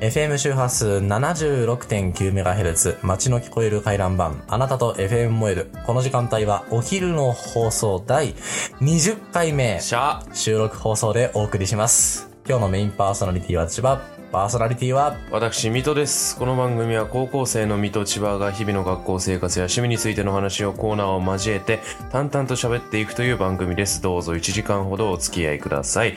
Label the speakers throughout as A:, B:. A: FM 周波数 76.9MHz 街の聞こえる回覧板あなたと FM 燃えるこの時間帯はお昼の放送第20回目
B: しゃ
A: 収録放送でお送りします今日のメインパーソナリティは千葉パーソナリティは
B: 私水戸ですこの番組は高校生の水戸千葉が日々の学校生活や趣味についての話をコーナーを交えて淡々と喋っていくという番組ですどうぞ1時間ほどお付き合いください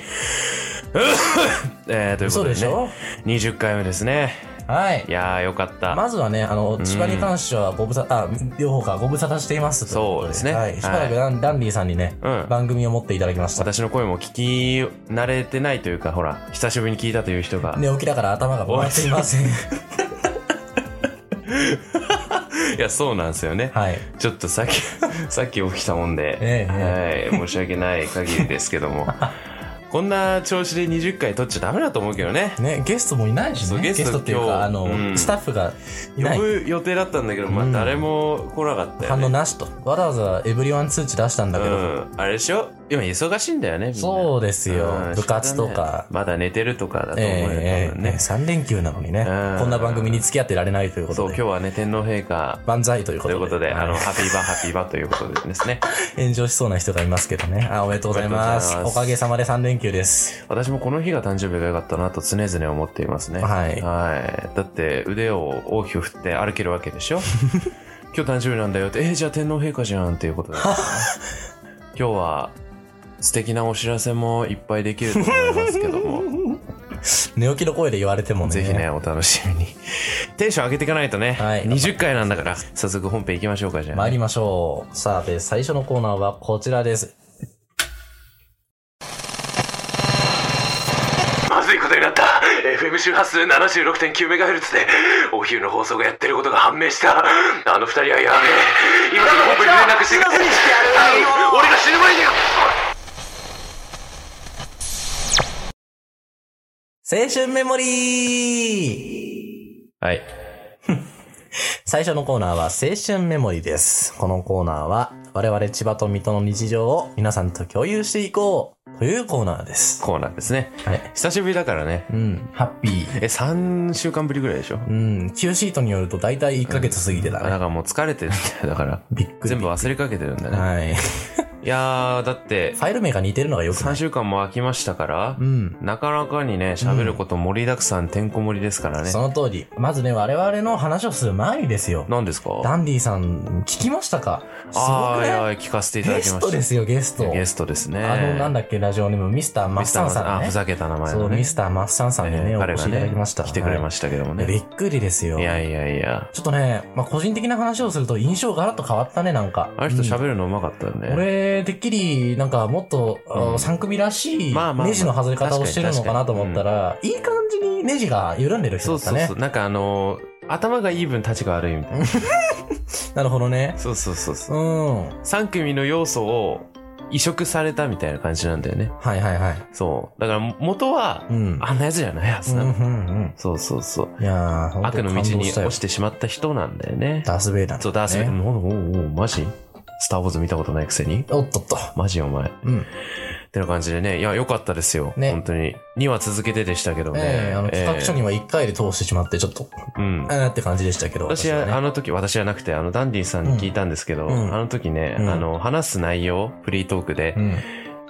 B: えー、という
A: 嘘
B: ことで
A: でし
B: ね
A: ょ
B: 20回目ですね
A: はい
B: いやーよかった、
A: まずはね、あの、千葉に関してはご無沙汰、あ、両方か、ご無沙汰していますといこと
B: そうですね
A: はい。しばらくダン,、ダンディさんにね、
B: うん
A: 番組を持っていただきました。
B: 私の声も聞き慣れてないというかほら久しぶりに聞いたという人が、
A: 寝起きだから頭が回っていません。
B: いやそうなんですよね、
A: はい。
B: ちょっとさっ きさっき起きたもんで、
A: え
B: はい、申し訳ない限りですけ どもこんな調子で20回取っちゃダメだと思うけどね
A: ね、ゲストもいないし
B: そう
A: ね。ゲ
B: ゲ
A: ス
B: スト
A: トっていう
B: 今日
A: か、あの、
B: うん
A: スタッフがいな
B: 呼
A: い。
B: ぶ予定だったんだけど、まあ、誰も来なかったよ
A: 反応
B: ね、
A: なしと。わざわざエブリワン通知出したんだけ
B: う
A: ど、
B: ん、あれでしょ今忙しいんだよねみんな
A: そうですよ
B: うん
A: 部活とか
B: まだ寝てるとかだと
A: え
B: 思う
A: え
B: よ、
A: ええ
B: 多分
A: ええ
B: ね、
A: 3連休なのにね、
B: うん
A: こんな番組に付き合ってられないというこ
B: そう
A: とで
B: 今日、はね天皇陛下
A: 万歳ということ
B: とい
A: で、
B: うことで、
A: はい
B: あの、ハッピーバーハッピーバーということでですね。
A: 炎上しそうな人がいますけどね。あ、おめでとうございます。
B: おめ
A: お
B: でとうございます
A: かげさまで3連休です。
B: 私もこの日が誕生日が良かったなと常々思っていますね。
A: はい
B: はい。だって腕を大きく振って歩けるわけ でしょ今日誕生日なんだよって、えーじゃあ天皇陛下じゃんっていうことだ からね、今日は素敵なお知らせもいっぱいできると思いますけ ども、
A: 寝起きの声で言われてもね。
B: ぜひね、お楽しみに。テンション上げていかないとね、
A: はい
B: 20回なんだから、早速本編行きましょうか、じゃあね、
A: 参りましょう。さて、最初のコーナーはこちらです。
C: まずいことになった FM 周波数 76.9MHz でお昼の放送がやってることが判明したあの二人はやべえ今すぐ本部に連絡してくれ俺が死ぬ前に
A: 青春メモリー
B: はい。
A: 最初のコーナーは青春メモリーです。このコーナーは我々千葉と水戸の日常を皆さんと共有していこうというコーナーです。
B: コーナーですね。
A: はい。
B: 久しぶりだからね。
A: うん、ハッピー。
B: え、3週間ぶりぐらいでしょ、
A: うん、Q シートによると大体1ヶ月過ぎてた
B: あだか
A: ね。
B: らもう疲れてるんだよ、だから。
A: びっくり。
B: 全部忘れかけてるんだね。
A: はい。フ
B: いやー、だって、
A: ァイル名が似てるのがよくな
B: 3
A: い。
B: 週間も空きましたから
A: う、ん。
B: なかなかにね、喋ること盛りだくさん、てんこ盛りですからね
A: そ。の通り。まずね、我々の話をする前にですよ。
B: 何ですか
A: ダンディさん、聞きましたかすご
B: あ
A: く
B: ー、
A: ね
B: いやいや、聞かせていただ
A: ゲ
B: き
A: ス
B: ま
A: トで
B: し
A: すよ、ゲス
B: た。
A: ト。
B: ゲストですね。
A: あの、なんだ
B: っ
A: っけ、ラジオネーム、ミスター・マッサンさん、ね。
B: あ、ふざけた名前
A: そ
B: の
A: う、
B: ね。
A: ミスターマッサンさんにね、
B: え
A: お
B: ー彼
A: 越し
B: が
A: いただきました。
B: 来てくれましたけども
A: はいび
B: ね。
A: っくりですよ。
B: いやいやいや。
A: ちょっとね、まあ、個人的な話をすると印象ガラッと変わったね、なんか。
B: あの人喋るのうまかったよ
A: うん
B: ね。
A: 俺、てっきり、なんか、もっと、
B: うん
A: 3組らしい、
B: まあまあまあ
A: ネジの外れ方をしてるのかなと思ったら、いい感じにネジが緩んでる人
B: そ
A: だっ
B: う
A: た
B: そう
A: ね
B: そ。う。なんかあのー、頭がいい分、立ちが悪いみたいな。
A: なるほどね。
B: そうそうそうそうう。
A: ん。は
B: 3組の要素を移植されたみたいな感じなんだよね。
A: いはいはい。
B: そう。だから、元は
A: う、ん。
B: あんなやつじゃないはず
A: うんう
B: なの。
A: ん
B: そうそうそう。
A: うん。いやー、本当
B: 悪の道
A: 感動
B: に
A: したよ
B: 落ちてしまった人なんだよね。
A: ダース・ベイダー、
B: そう、ダース・ベイダー。おうおうおうマジスター・ウォーズ見たことないくせに
A: おっとっと。
B: マジお前。っ
A: うん。
B: てな感じでね。いや、良かったですよ。
A: ね
B: 本当に。2は続けてでしたけどね。
A: ええあの、企画書に
B: え
A: は1回で通してしまって、ちょっと、
B: えうん。
A: あーって感じでしたけど。
B: 私は、
A: ね
B: あの時、私じゃなくて、あの、ダンディさんに聞いたんですけど、
A: うんうん
B: あの時ね、
A: うん
B: あの、話す内容、フリートークで、
A: うん。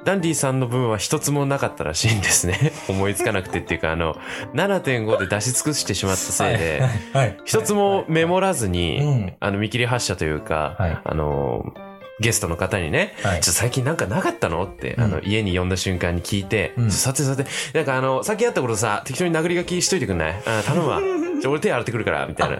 B: ダンディさんの分は一つもなかったらしいんですね。 思いつかなくてっていうか、あの、7.5で出し尽くしてしまったせいで、
A: はい。はい
B: 一つもメモらずに、
A: うん
B: あの、見切り発車というか、
A: はい
B: あの、ゲストの方にね、
A: はい
B: ちょっと最近なんかなかったのって、
A: うん
B: あの、家に呼んだ瞬間に聞いて、
A: うん
B: さてさて、なんかあの、さっきあったことさ、適当に殴り書きしといてくんないあ頼 むわ。じゃあ俺手洗ってくるから、みたいな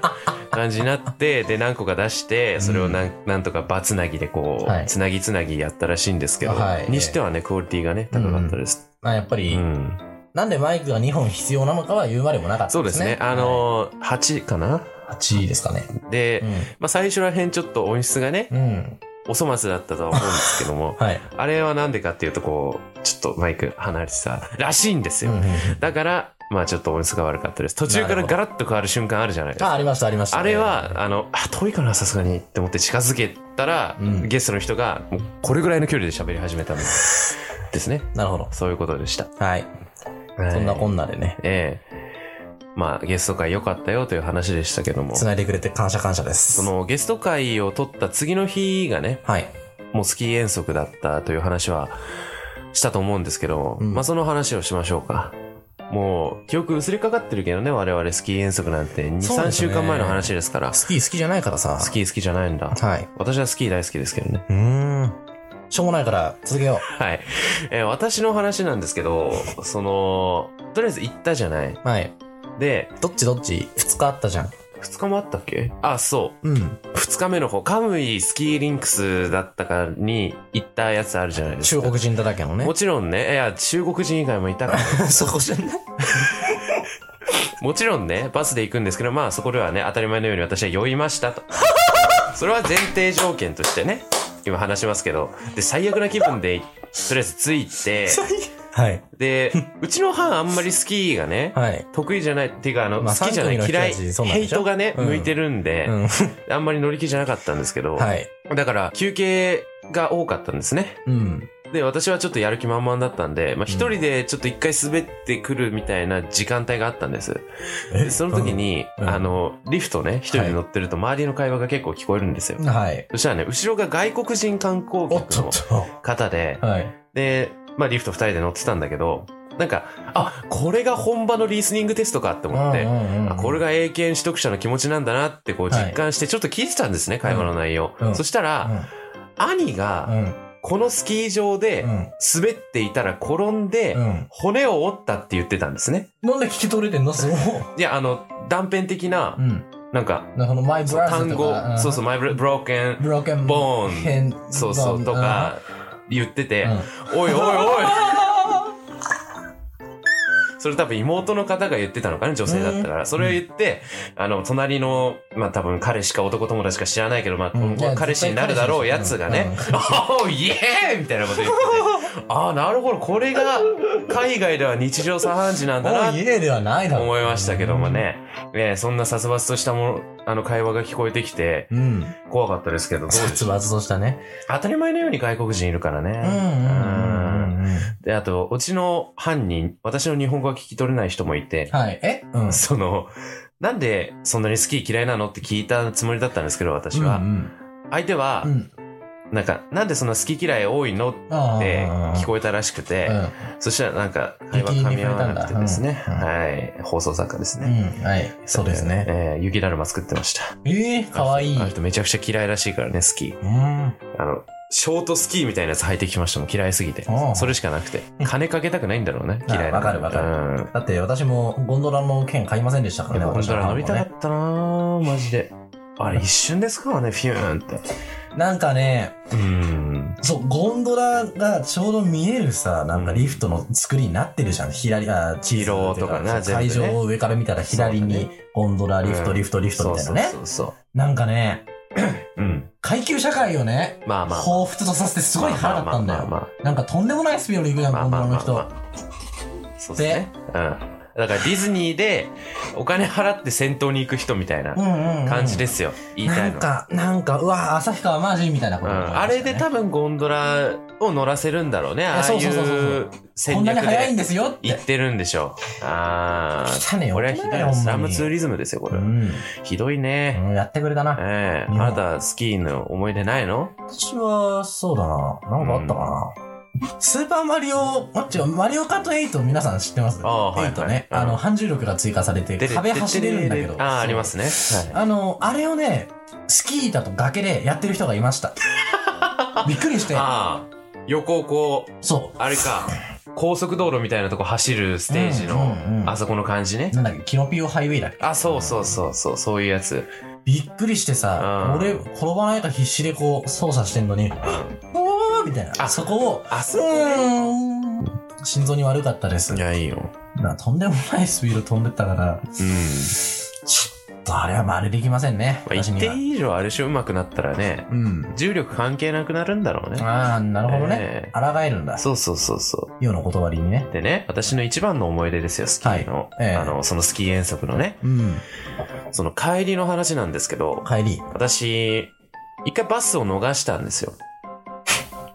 B: 感じになって、で、何個か出して、それをなん,、なんとか場つなぎでこう、
A: はい
B: つなぎつなぎやったらしいんですけど、
A: はい
B: にしてはね、クオリティがね、高かったです。
A: まあやっぱり、
B: うん
A: なんでマイクが2本必要なのかは言うまでもなかった
B: そう
A: で
B: ですす
A: ね。
B: ね。あ
A: はい、
B: の、8かな
A: 8位ですかね。
B: で、
A: う
B: まあ最初ら辺ちょっと音質がね、
A: ん。うん。、
B: お粗末だったとは思うんですけども
A: はい。
B: あれはなんでかっていうと、こう、ちょっとマイク離れてたらしいんです
A: うんう
B: よ。
A: んうん
B: だから、まあちょっと音質が悪かったです。途中からガラッと変わる瞬間あるじゃないです
A: あ、
B: か。
A: ありました、ありました。
B: あれ、は、あの、あ、遠いかな、さすがにって思って近づけたら、
A: うん
B: ゲストの人が、もうこれぐらいの距離で喋り始めたんです。ですね。
A: なるほど。
B: そういうことでした。
A: はい。そんなこんなでね。
B: ええまあ、ゲスト会良かったよという話でしたけども、
A: 繋いでくれて感謝感謝です。
B: そのゲスト会を取った次の日がね、
A: はい。
B: もうスキー遠足だったという話はしたと思うんですけども、
A: うん
B: まあその話をしましょうか。もう、記憶薄れかかってるけどね、我々スキー遠足なんて2、
A: そう
B: 3
A: ですね
B: 週間前の話ですから、
A: スキー好きじゃないからさ。
B: スキー好きじゃないんだ。
A: はい。
B: 私はスキー大好きですけどね。
A: うーん。しょうもないから続けよ
B: はい。えー私の話なんですけど、その、とりあえず行ったじゃない。
A: う。はい。
B: で、
A: どっちどっち二日あったじゃん。
B: 2日もあったっけあ、そう。
A: うん。
B: 二日目の方、カムイスキーリンクスだったかに行ったやつあるじゃないですか。
A: 中国人だらけのね
B: も。ちろんね、いや、中国人以外もいたから、
A: そこじゃない。
B: もちろんね、バスで行くんですけど、まあそこではね、当たり前のように私は酔いまし たと。それは前提条件としてね、今話しますけど、で、最悪な気分で、とりあえず着いて、
A: はい。
B: で、うちの母あんまりスキーがね、
A: はい。
B: 得意じゃない、っていうか、あの、
A: まあ
B: 好きじゃない、
A: 三組の人
B: 嫌
A: た
B: い、
A: ちそうなん
B: ヘ
A: で
B: イ
A: しょ
B: トがね、
A: うん
B: 向いてるんで、
A: うん。
B: あんまり乗り気じゃなかったんですけど、
A: はい。
B: だから休憩が多かったんですね。
A: うん。
B: で、私はちょっとやる気満々だったんで、まあ、一人でちょっと一回滑ってくるみたいな時間帯があったんです。で、その時に、
A: うん
B: あの、リフトね、一人で乗ってると周りの会話が結構聞こえるんですよ。
A: はい。
B: そしたらね、後ろが外国人観光
A: おっ
B: 客
A: と
B: の
A: っと。
B: 方で、
A: はい。
B: で、まあ、リフト二人で乗ってたんだけど、なんか、あ、これが本場のリスニングテストかって思って、あこれ
A: が、
B: が英検取得者の気持ちなんだなってこう実感して、ちょっと聞いてたんですね、会話の内容。
A: うん
B: そしたら、兄が、
A: うん。
B: このスキー場で
A: う、ん。
B: 滑っていたら転んで
A: う、ん。
B: 骨を折ったって言ってたんですね。
A: なんで聞き取れてん のその。
B: いや、あの、断片的な
A: う、ん。
B: なんか、
A: なんかこのマイブ
B: その
A: ラザ
B: 単
A: と
B: 語
A: か。、
B: そうそう、
A: う。
B: my broken,
A: ブロケン
B: bone
A: 変
B: そうそう、と。か、言ってて、おいおいおい、それ多分妹の方が言ってたのかな、女性だったから。それを言って、あの、隣の、まあ多分彼しか男友達しか知らないけど、まあ今後は彼氏になるだろうやつが ね、おーイエーイみたいなこと言ってて、ああ、なるほど、これが海外では日常茶飯事なんだな
A: も
B: っ
A: う
B: て
A: 家ではないだろ。
B: 思いましたけどもね。ねそんな殺伐としたもの、あの会話が聞こえてきて、
A: うん。
B: 怖かったですけど、どうでし
A: 殺
B: ょう
A: 伐としたね。
B: 当たり前のように外国人いるからね。
A: うんうんうんうん。
B: で、あと、うちの犯人、私の日本語が聞き取れない人もいて、
A: はい。えうん。
B: その、なんでそんなにスキー嫌いなのって聞いたつもりだったんですけど、私は。
A: うん
B: 相手は
A: うん。う、ん。
B: なんか、なんでそんな好き嫌い多いのって
A: あー
B: 聞こえたらしくて、そしたらなんか、会話噛み合わなくてです
A: 激
B: ね、
A: に触れたんだ
B: はい、放送作家です
A: う
B: ね。
A: ん。はい。そうですね。
B: えー雪だるま作ってました。
A: ええー、かわいい。
B: あの
A: う
B: 人めちゃくちゃ嫌いらしいからね、スキー。
A: ん。
B: あの、ショートスキーみたいなやつ履いてきましたもん、嫌いすぎて
A: あ。あ
B: それしかなくて。金かけたくないんだろうね、
A: ああ
B: 嫌いなの。
A: わかるわかる
B: うん。
A: だって私もゴンドラの券買いませんでしたからね、
B: これ
A: 私
B: から乗りたか
A: ね。
B: ったなぁ、マジで。あれ一瞬ですからね、フィューンって。
A: なんかね、
B: うん。
A: そう、ゴンドラがちょうど見えるさ、なんかリフトの作りになってるじゃん。左、あ、地図
B: 色とかな
A: そう会
B: 全部ね
A: 場を上から見たら左
B: そうだ
A: にゴンドラ、リフ
B: う
A: ト、
B: ん
A: リフト、リフトみたいなね
B: そ。うそうそ
A: なんかね、
B: う。うん。
A: 階級社会をね、
B: まあまあ。
A: 彷彿とさせてすごい腹立ったんだ
B: ま
A: よ。
B: あ
A: なんかとんでもないスピードで行くじゃん、
B: ま
A: ゴ
B: あ
A: ンド
B: ま
A: ラ
B: あまあまあまあ
A: の
B: まあま
A: 人。
B: あ。そうですね。うん。だからディズニーでお金払って先頭に行く人みたいな
A: うんうんうん。
B: 感じですよ。言いた
A: ないん
B: のは。
A: か、なんか、うわ、旭川マジみたいなこ
B: う
A: と、
B: ん、あれで多分ゴンドラを乗らせるんだろうね。ああい
A: そうそうそうそう
B: う
A: こ
B: 戦
A: んなに
B: 略
A: 早いん
B: で
A: ですよって。
B: 行ってるんでしょう。ああ。
A: 汚ねえよ
B: これはひどい
A: ほんま
B: な。
A: に
B: スラムツーリズムですよ、これ
A: う
B: は。
A: ん。
B: ひどいね。
A: うんやってくれたな。
B: ええ
A: 日本
B: あなた、スキーの思い出ないの
A: 私は、そうだな。なんかあったかな。スーパーマリオ、あ違う、マリオカート8皆さん知ってます
B: ああはいはい
A: ?8 ね。
B: うん
A: あの、反重力が追加されて、
B: 出て
A: 壁走れるんだけ
B: 出
A: ど。
B: てああ、ありますね。はい
A: あの、あれをね、スキーだと崖でやってる人がいま した。びっくりして。
B: ああ。横をこう、
A: そ
B: あれか、高速道路みたいなとこ走るステージの
A: うんうんう、ん
B: あそこの感じね
A: う。。なんだっけ、キノピオハイウェイだっけ
B: あ、そうそうそうそう、そういうやつ。
A: びっくりしてさ、
B: うん
A: 俺、転ばないか必死でこう、操作してんのに、おーみたいな。
B: あ
A: そこを、
B: あ、
A: う
B: そう。
A: ーん。心臓に悪かったです
B: い。や、いいよ。
A: なとんでもないスピード飛んでったから、
B: うん。
A: ちょっとあれはまれできませんね。
B: まあ、一
A: 私には
B: 定。以上あれし上手くなったらね、
A: うん。
B: 重力関係なくなるんだろうね。
A: ああ、なるほど
B: え
A: ね。
B: え
A: 抗えるんだ。
B: そうそうそうそ
A: 世の断りにね
B: う。。でね、私の一番の思い出ですよ、スキーの。
A: ええ
B: あの、そのスキー遠足のね、
A: うん。
B: その帰りの話なんですけど、
A: 帰り。
B: 私、一回バスを逃したんですよ。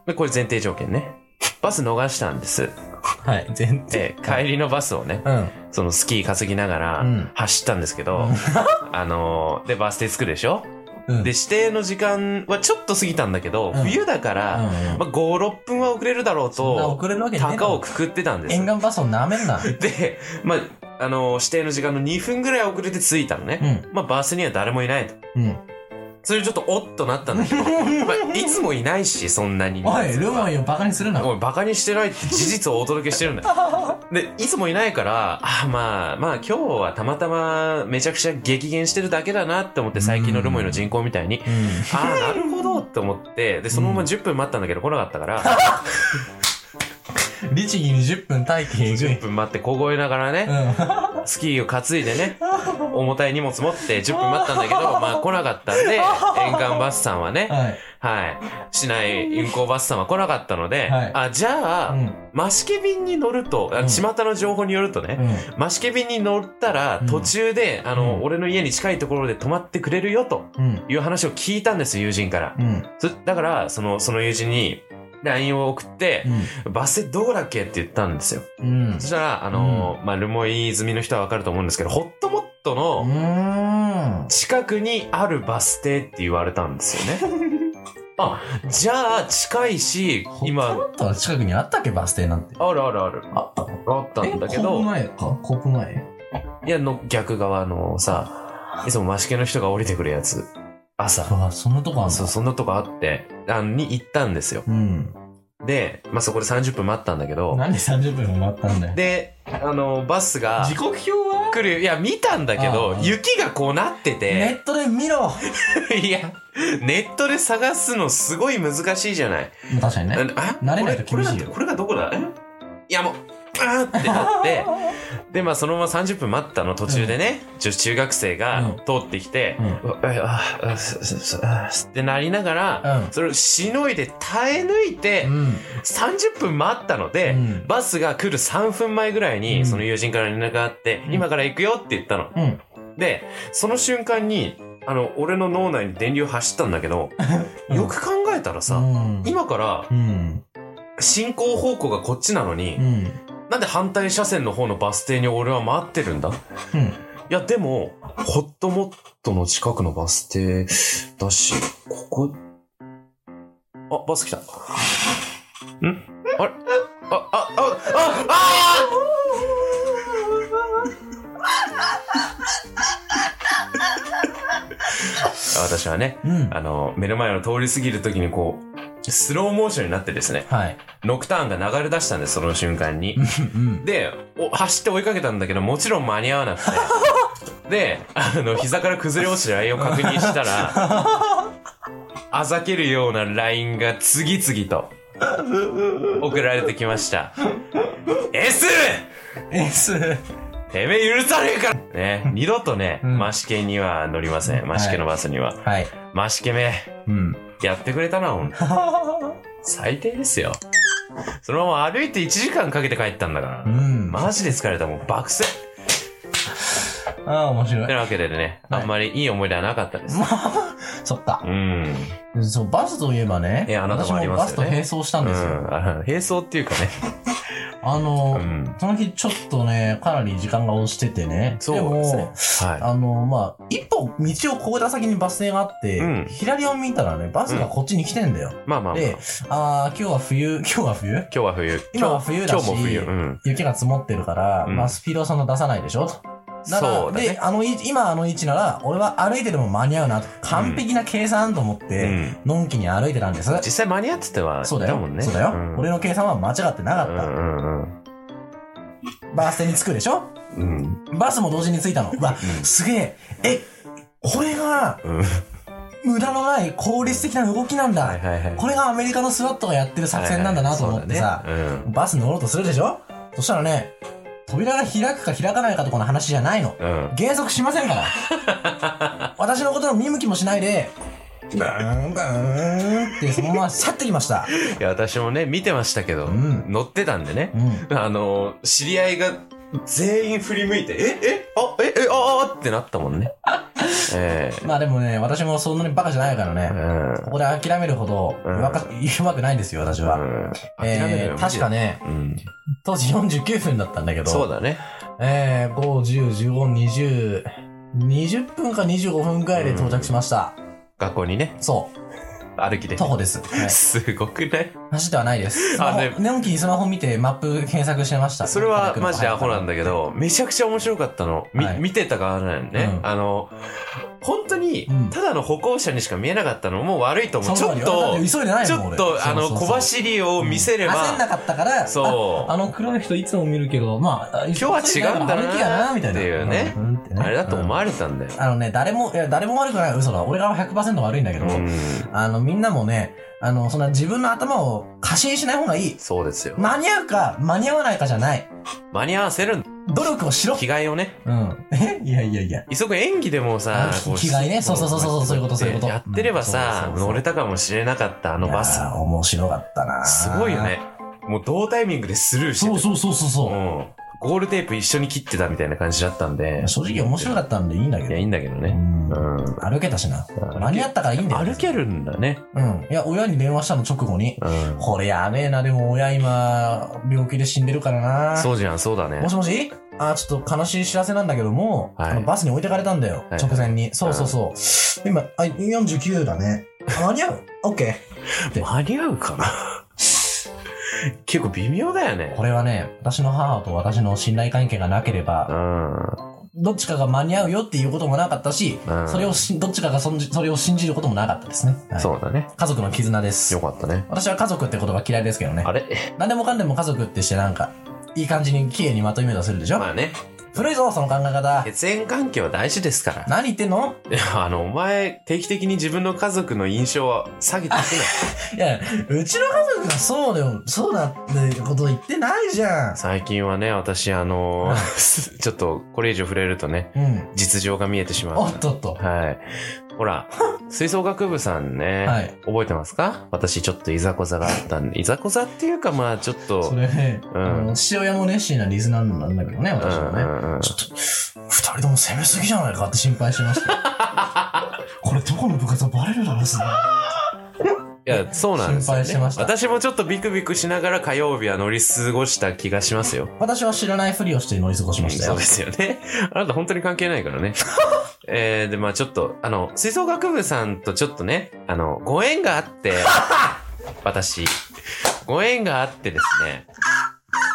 B: でこれ前提条件ね。バス逃したんです。
A: はい、全然
B: で。帰りのバスをね
A: うん。
B: そのスキー担ぎながら
A: うん
B: 走ったんですけ ど、あのーでバス停着くでしょ、
A: うん
B: で指定の時間はちょっと過ぎたんだけど、
A: うん
B: 冬だから、
A: うんうん
B: まあ、56分は遅れるだろう
A: そんな
B: と
A: 遅れるわけねえだ
B: 高
A: ろ
B: をくくってたんです
A: 沿岸バスを舐めんな。
B: で、まあ、あのー指定の時間の2分ぐらい遅れて着いたのね、
A: う
B: まあ、バスには誰もいないと
A: ん。うん。
B: それでちょっとおっとなったんだけど、 まあ、いつもいないしそんなに
A: おい、ルモ
B: ン
A: イをバカにするな。
B: おいバカにしてないって事実をお届けしてるん だよで、いつもいないから、あまあ、まあ今日はたまたまめちゃくちゃ激減してるだけだなって思って最近のルモイの人口みたいに、
A: うん。
B: ああ、なるほどって思って、で、そのまま10分待ったんだけど来なかっ たから、
A: 律儀に10分待機えぐい。
B: 10分待って小声ながら
A: う
B: ね、
A: ん。
B: スキーを担い でね、重たい荷物持って10分待ったんだけど、まあ来なかったん で、沿岸バスさんはね、
A: はい。
B: はい、市内運行バスさんは来なかったので、
A: はい
B: あ、じゃあ、
A: うん。
B: マシケ便に乗ると、あ
A: うん
B: 巷の情報によるとね、
A: うん。
B: マシケ便に乗ったら
A: うん
B: 途中で、あの、
A: うん
B: 俺の家に近いところで泊まってくれるよと
A: うん。
B: いう話を聞いたんです友人から。
A: うん。
B: そだから、その、その友人に LINE を送って、バス停どこだっけって言ったんですよ。
A: うん。
B: そしたら、あのー、まあ、ルモイ済みの人はわかると思うんですけど、ホットモットの
A: ん。
B: 近くにあるバス停って言われたんですよね。あ、じゃあ近いし、
A: ホット
B: 今、
A: モットの近くにあったっけバス停なんて。
B: あるあるある。
A: あったの
B: あったんだけど。
A: コープ前か。コープ前
B: いや、の、逆側のさ、いつもマシケの人が降りてくるやつ。朝。
A: あ、そんなとこあん
B: そう、
A: の
B: そんなとこあって、あの、に行ったんですよ。
A: うん。
B: で、まあ、そこで30分待ったんだけど、
A: なんで30分も待ったんだよ。
B: で、あの、バスが
A: 時、刻表は
B: 来る、いや、見たんだけど
A: あ、ー
B: 雪がこうなって
A: ネ
B: て、
A: ットで見ろ
B: いや、ネットで探すのすごい難しいじゃない。
A: 確かに
B: あ
A: ね。
B: あ
A: 慣れないと
B: これ
A: 厳しいよ
B: これがこれがどこだえいや、もう、あーってな って、で、まあ、そのまま30分待ったの途中でね、ちょ中学生が通ってきて、
A: うん
B: うわうわうわすすすあすってなりながら、
A: う
B: それをしのいで耐え抜いて、
A: ん。うん。
B: 30分待ったので、
A: うん
B: バスが来る3分前ぐらいに、
A: うん
B: その友人から連絡があって、
A: うん
B: 今から行くよって言ったの。
A: うん。
B: で、その瞬間に、あの、俺の脳内に電流走ったんだけど、
A: うん
B: よく考えたらさ、
A: うん。
B: 今から
A: うん。
B: 進行方向がこっちなのに、
A: うん。
B: なんで反対車線の方のバス停に俺は待ってるんだ
A: うん。
B: いや、でも、ホットモットの近くのバス停だし、ここ、あ、バス来た。んあれあ、あ、あ、あ、あー私はね、
A: うん。
B: あの、目の前を通り過ぎるときにこう、スローモーションになってですね、
A: はい。
B: ノクターンが流れ出したんです、その瞬間に。
A: うん。
B: で、お走って追いかけたんだけど、もちろん間に合わなくて。 で、あの、膝から崩れ落ちてラインを確認したら、あざけるようなラインが次々と送られてきま した。S!
A: S!
B: てめえ許さねえからね、二度とね、
A: うん
B: マシケには乗りません。マシケのバスには。
A: はい。
B: マシケめ、
A: うん。
B: やってくれたな、ほんと最低ですよ。そのまま歩いて1時間かけて帰ったんだから。
A: うん。
B: マジで疲れた、もう爆睡。
A: ああ、面白
B: て
A: い。
B: なわけでね、
A: はい
B: あんまりいい思い出はなかったです。
A: そっか
B: う。ん。
A: そう、バスといえばね。
B: いやあなた
A: 私
B: もあり
A: も
B: ま
A: バ
B: す
A: ス
B: よ
A: と
B: ね
A: 並走した
B: うん
A: ですよ。
B: ん。あの並走っていうかね。
A: あ
B: う
A: の、
B: ん。
A: その日ちょっとね、かなり時間が押しててね。
B: そう
A: も
B: で、すね。は
A: あの、まあ、一歩道をこえた先にバス停があって、
B: うん
A: 左を見たらね、バスがこっちに来てんだよ。
B: い。まあまあまあ。
A: で
B: 今、
A: あー今日は冬、 今日は冬
B: 日は冬。
A: 今は冬だし
B: 今日も冬。うん。
A: 雪が積もってるから、
B: うん
A: まあ、スピードはそんな出さないでしょと。なら
B: そうだね
A: で、あの位置、今あの位置なら、俺は歩いてでも間に合うなと。完璧な計算と思っ
B: う
A: て、
B: ん。
A: のんきに歩いてたんです。
B: 実際間に合ってては、
A: そうだ
B: い
A: よ。
B: たもんね。
A: そうだよ、
B: ん
A: 俺の計算は間違ってな
B: う
A: かっ
B: んうんうん。
A: た。バス停に着くでしょ
B: うん。
A: バスも同時に着いたの。うわ、すげえ。え、これが、
B: うん。は
A: 無駄のない効率的な動きなんだ。
B: いはいはい。
A: これがアメリカのスワットがやってる作戦なんだなと思ってさ、
B: はいはいそうだね
A: バス乗ろうとするでしょそしたらね、扉が開くか開かないかとかの話じゃないの。
B: うん。うん。
A: 減速しません から。私のことの見向きもしないで、ガーンガーンってそのまま去ってきました。
B: いや、私もね、見てましたけど、
A: うん
B: 乗ってたんでね
A: う。ん。
B: あの、知り合いが全員振り向いて、ええあええああってなったもんね。え
A: まあでもね、私もそんなにバカじゃないから
B: えう
A: ね。
B: ん
A: ここで諦めるほど
B: うん
A: 弱か、弱くないんですよ、私は。
B: うん
A: えー、確か。ね、
B: うん。
A: 当時49分だったんだけど、
B: そうだね。
A: えー、5、10、15、20、20分か25分くらいで到着しました。
B: 学校にね、
A: そ
B: 歩き
A: う、
B: で。
A: 徒歩です。はい
B: すごくない
A: 走ってはないです。スマ
B: あ
A: ホ
B: ね
A: ネオンキにスマホ見てマップ検索してました。
B: それはマジでアホなんだけど、めちゃくちゃ面白かったの。み
A: はい
B: 見てた側なのね
A: う。ん
B: あの、本当に
A: うん、
B: ただの歩行者にしか見えなかったのも悪いと思。
A: そうの通
B: ちょっ
A: り、
B: と
A: 俺だ、て急いでない
B: ち
A: も
B: ょ
A: ん
B: っ
A: 俺
B: と、あの、
A: そうそう
B: 小
A: そう
B: 走りを見せれ
A: 焦んな
B: ば、
A: かったから、
B: そう
A: ああの黒い人いつも見るけど、まあ、今
B: 日は違うんだな
A: 歩きやな、みたいな。
B: っていうね
A: んんってね
B: あれだと思われたんだよ
A: う。んあのね、誰も、いや、誰も悪くない、嘘だ。俺が100%悪いんだけど、
B: うん。
A: あの、みんなもね、あの、そんな自分の頭を過信しない方がいい。
B: そうですよ。
A: 間に合うか、間に合わないかじゃない。
B: 間に合わせるんだ
A: 努力をしろ
B: 着。替えをね。
A: うん。 えいやいやいや。
B: 急ぐ演技でもさ
A: あの、
B: こう
A: 着替えね
B: こ
A: そうそうそうそうそういうことそういうこと
B: やってれば
A: う
B: さ
A: ん、そうそうそう
B: 乗れたかもしれなかった、あのバス
A: い。やー面白かったな
B: すごいよ。ね。もう同タイミングでスルーして
A: そうそうそうそう
B: う
A: そ
B: ん。ゴールテープ一緒に切ってたみたいな感じだったんで
A: う。。正直面白かったんでいいんだけ
B: い
A: ど。
B: や、いいんだけど
A: う。
B: ね。うんん。
A: 歩けたしな。
B: け
A: 間に合ったからいいんだよ。
B: 歩けるんだね。
A: うん。いや、親に電話したの直後に。
B: うん。
A: これやべえな、でも親今、病気で死んでるからな。
B: そうじゃん、そうだね
A: も。しもしあー、ちょっと悲しい知らせなんだけども、
B: はい
A: あのバスに置いてかれたんだよ。
B: はい
A: 直前に。そうそうそう。今、あ、49だね。あ間に合うオッケて
B: 間に合うかな 結構微妙だよ
A: ー。
B: ね
A: こ。れはね、私の母と私の信頼関係がなけれ
B: う
A: ば、
B: ん。
A: どっちかが間に合うよっていうこともなかったし、
B: うん
A: それをし、どっちかがそんじそれを信じることもなかったですね。はい
B: そうだね。
A: 家族の絆で
B: よ
A: す。
B: かったね。
A: 私は家族って言葉嫌いですけどね
B: あ。れ
A: 何でもかんでも家族ってしてなんか、いい感じに綺麗にまとめ出せるでしょ、
B: まあね、
A: 古いぞ、その考え方。
B: 血縁関係は大事ですから。
A: 何言ってんの
B: い や、あの、お前、定期的に自分の家族の印象は下げていけない。
A: いや、うちの家族がそうでも、そうだってこと言ってないじゃん。
B: 最近はね、私、あ のーちょっと、これ以上触れるとね、
A: うん。
B: 実情が見えてしまう。
A: おっとっと。
B: はい。ほら、吹奏楽部さんね、
A: はい
B: 覚えてますか私ちょっといざこざがあったんで、いざこざっていうかまあちょっと、
A: それね、
B: うん
A: あの父親も熱心なリズナーなんだけどね、
B: うん
A: 私はね。
B: うんうん
A: ちょっと、二人とも攻めすぎじゃないかって心配して ました。これどこの部活はバレるだろうさ。
B: いや、そうなんですよ、
A: 心配
B: ね。
A: してました
B: 私もちょっとビクビクしながら火曜日は乗り過ごした気がしますよ。
A: 私は知らないふりをして乗り過ごしました
B: そう
A: よ
B: で。すよね。あなた本当に関係ないからね。 えー、で、まあちょっと、あの、吹奏楽部さんとちょっとね、あの、ご縁が あって、私、ご縁があってですね、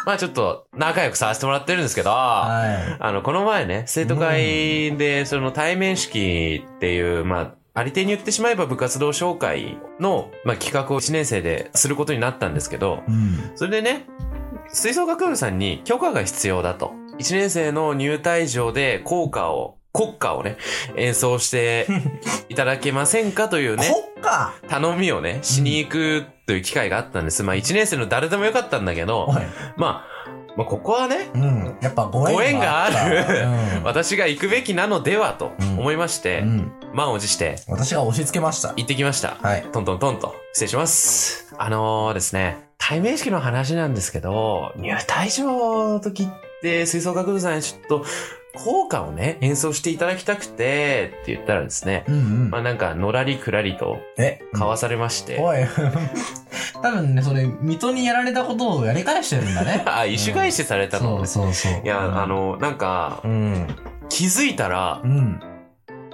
B: まあちょっと仲良くさせてもらってるんですけど、あ
A: は
B: の、この前ね、生徒会で、その対面式っていう、まあ、あり手に言ってしまえば部活動紹介の、まあ、企画を1年生ですることになったんですけど、
A: い。うん。
B: それでね、吹奏楽部さんに許可が必要だと。1年生の入退場で校歌を、国歌をね、演 奏していただけませんかというね、
A: こっか
B: 頼みをね、しに行くという機会があったんです。まあ1年生の誰でもよかったんだけど
A: お、い。
B: まあ、まあここはね、
A: うん。やっぱご縁
B: ご縁があ る
A: あっ
B: 私が行くべきなのではと
A: うん
B: 思いまして
A: たうん。う、ん。
B: 満を持して
A: 私が押し付けました。
B: 行ってきました。
A: はい。
B: トントントンと。失礼します。あのーですね、対面式の話なんですけど、入退場の時って、吹奏楽部さんにちょっと、効果をね、演奏していただきたくて、って言ったらですね、
A: うんうん
B: まあ。なんか、のらりくらりと、
A: え、
B: かわされまして、。
A: おい、 多分ね、それ、水戸にやられたことをやり返してるんだね
B: あ、一種返しされたの
A: そ
B: ね
A: うそうそう。
B: いや、あ、の、なんか
A: う、ん。
B: 気づいたら
A: う、ん。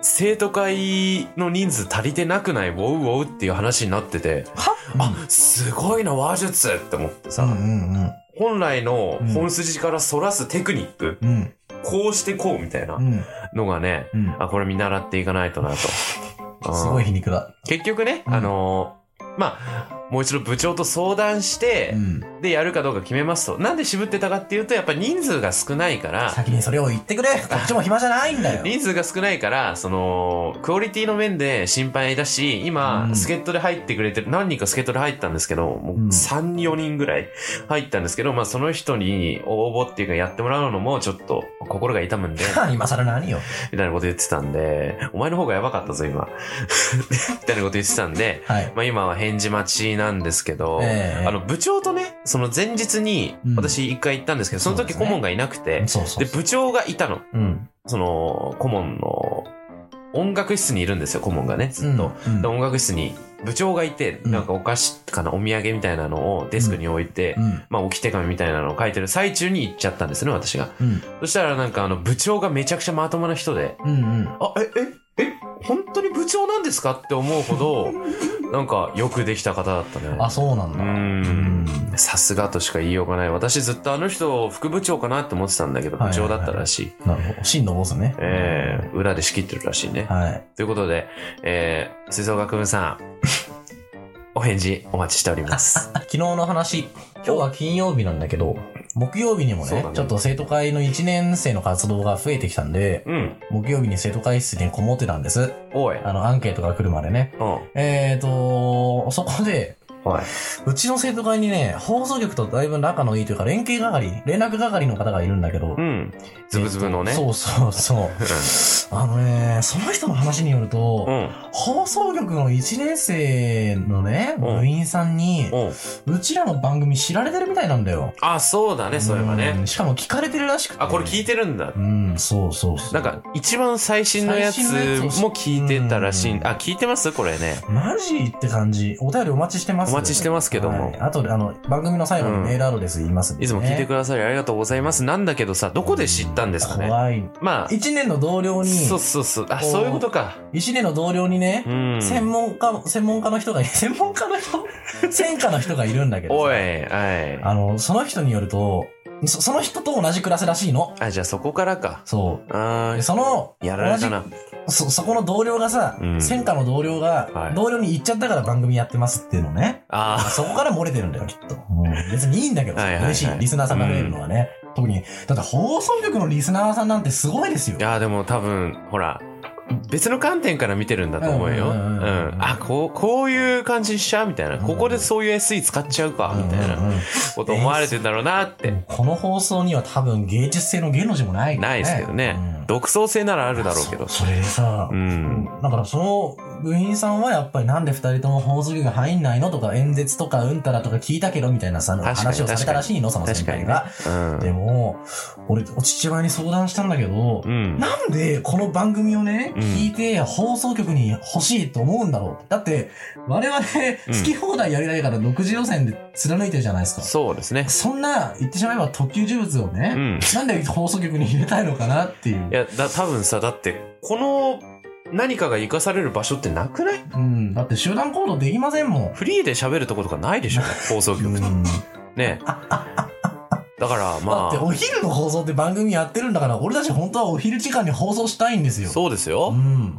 B: 生徒会の人数足りてなくない、ウォウウォウっていう話になってて、
A: は
B: あ、すごいな、話術って思って
A: う
B: さ、
A: んうんうん。
B: 本来の
A: うん
B: 本筋から反らすテクニック、
A: うん。
B: こうしてこうみたいな
A: うん。
B: のがね、
A: うん。
B: あ、これ見習っていかないとなと。うん
A: すごい皮肉だ。
B: 結局ね、
A: うん
B: あのーまあ、もう一度部長と相談して
A: う、ん。
B: で、やるかどうか決めますと。なんで渋ってたかっていうと、やっぱ人数が少ないから、
A: 先にそれを言ってくれこっちも暇じゃないんだよ。
B: 人数が少ないから、その、クオリティの面で心配だし、今、
A: うん
B: 助っ人で入ってくれてる、何人か助っ人で入ったんですけど、もう
A: うん
B: 3、4人ぐらい入ったんですけど、まあその人に応募っていうかやってもらうのもちょっと心が痛むんで、
A: 今更何よ。
B: みたいなこと言ってたんで、お前の方がやばかったぞ、今。 みたいなこと言ってたんで、
A: はい。
B: まあ今は返事待ちなんですけど、
A: ええ
B: あの部長とね、その前日に
A: うん
B: 私一回行ったんですけど、その時
A: そうです
B: 顧
A: ね
B: 問がいなくて、
A: そうそ
B: で、
A: う。
B: 部長がいたの。
A: うん。
B: その、顧問の音楽室にいるんですよ、顧問がね、ずっと。
A: うんうん
B: で音楽室に部長がいて、
A: うん
B: なんかお菓子かな、お土産みたいなのをデスクに置いて、
A: うん。
B: まあ置き手紙みたいなのを書いてる最中に行っちゃったんですね、私が。
A: うん。
B: そしたらなんかあの部長がめちゃくちゃまともな人で、
A: うん。うん。
B: あ、え、え、え、本当に部長なんですかって思う ほど、なんかよくできた方だったね。
A: あ、そうなん
B: う
A: だ。
B: ん。さすがとしか言いようがない。私ずっとあの人を副部長かなって思ってたんだけど、
A: はい
B: 部
A: はいはい
B: 長だったらしい。
A: なるほど。真のボスね。
B: ええ裏で仕切ってるらしいね。
A: はい。
B: ということで、えー、吹奏楽部さん、お返事お待ちしております。
A: 昨日の話、今日は金曜日なんだけど、木曜日にも
B: そう
A: ね
B: だね
A: ちょっと生徒会の1年生の活動が増えてきたんで、
B: うん。
A: 木曜日に生徒会室にこもってたんです。
B: おい。
A: あの、アンケートが来るまでね。
B: うん。
A: えーと、そこで、
B: おい。
A: うちの生徒会にね、放送局とだいぶ仲のいいというか、連携係、連絡係の方がいるんだけど
B: う、ん。ズブズブのね。
A: そうそうそう。 あのね、その人の話によると、
B: うん。
A: 放送局の1年生のね、
B: うん
A: 部員さんに、
B: うん。うん。
A: うちらの番組知られてるみたいなんだよ。
B: あ、そうだね、そういえば
A: う
B: ね
A: ん。しかも聞かれてるらしくて。
B: あ、これ聞いてるんだ
A: う。ん、そうそうそう。
B: なんか、一番最新のやつ
A: 最新のやつを知っ
B: も聞いてたらしい。
A: うん
B: あ、聞いてますこれね。
A: マジって感じ。お便りお待ちしてます。
B: お待ちしてますけども
A: はいあとで、あの、番組の最後にメールアドレス言いますんで、ね
B: いつも聞いてくださりありがとうございます。なんだけどさ、どこで知ったんですかね。
A: 怖い。
B: まあ、
A: 一年の同僚に、
B: そうそうそう。あ、そういうことか。
A: 一年の同僚にね
B: う、ん。
A: 専門家、専門家の人が、 専門家の人専科の人がいるんだけど。
B: おい、はい。
A: あの、その人によると、そその人と同じクラスらしいの。
B: あ、じゃあそこからか。
A: そう。
B: あ
A: でその、
B: ーやられたな。
A: 同じそ、そこの同僚がさ、
B: うん
A: 専科の同僚が、
B: はい
A: 同僚に行っちゃったから番組やってますっていうの ね。
B: あ
A: そこから漏れてるんだよ、きっと。うん別にいいんだけど、
B: はいはいはい
A: 嬉しい。リスナーさんが増えるのはね。特に、だって放送局のリスナーさんなんてすごいですよ
B: あ。い。や、でも多分、ほら、別の観点から見てるんだと思うよ。
A: う
B: うん
A: うんうんうん
B: ん。あ、こう、こういう感じにしちゃうみたいな。
A: うん
B: ここでそういう SE 使っちゃうか、みたい
A: うんう
B: なん
A: うん
B: こと思われてんだろうなっ
A: で
B: て。
A: もこの放送には多分芸術性の芸の字もない、
B: ないですけどね
A: うん。
B: 独創性ならあるだろうけど。
A: そそれでさ
B: う、ん。
A: だからその部員さんはやっぱりなんで二人とも放送局が入んないのとか演説とかうんたらとか聞いたけどみたいなさ、
B: かに
A: 話をされたらしいの、その先
B: 確
A: 輩
B: かにね
A: が。。
B: うん
A: でも、俺、お父親に相談したんだけど
B: う、ん。
A: なんでこの番組をね、
B: うん
A: 聞いて放送局に欲しいと思うんだろう。だって、我々
B: うん
A: 好き放題やりたいから独自路線で貫いてるじゃないですか。
B: そうですね。
A: そんな、言ってしまえば特級呪物をね、
B: うん。
A: なんで放送局に入れたいのかなっていう。
B: いや、だ、多分さ、だって、この何かが生かされる場所ってなくない
A: うん。だって集団行動できませんもん。
B: フリーで喋るとことかないでしょ放送局
A: う
B: とか。
A: ん、
B: ねだから、
A: だ
B: ま
A: って
B: あ、
A: お昼の放送って番組やってるんだから、俺たち本当はお昼時間に放送したいんですよ。
B: そうです
A: う
B: よ。
A: ん。
B: うん。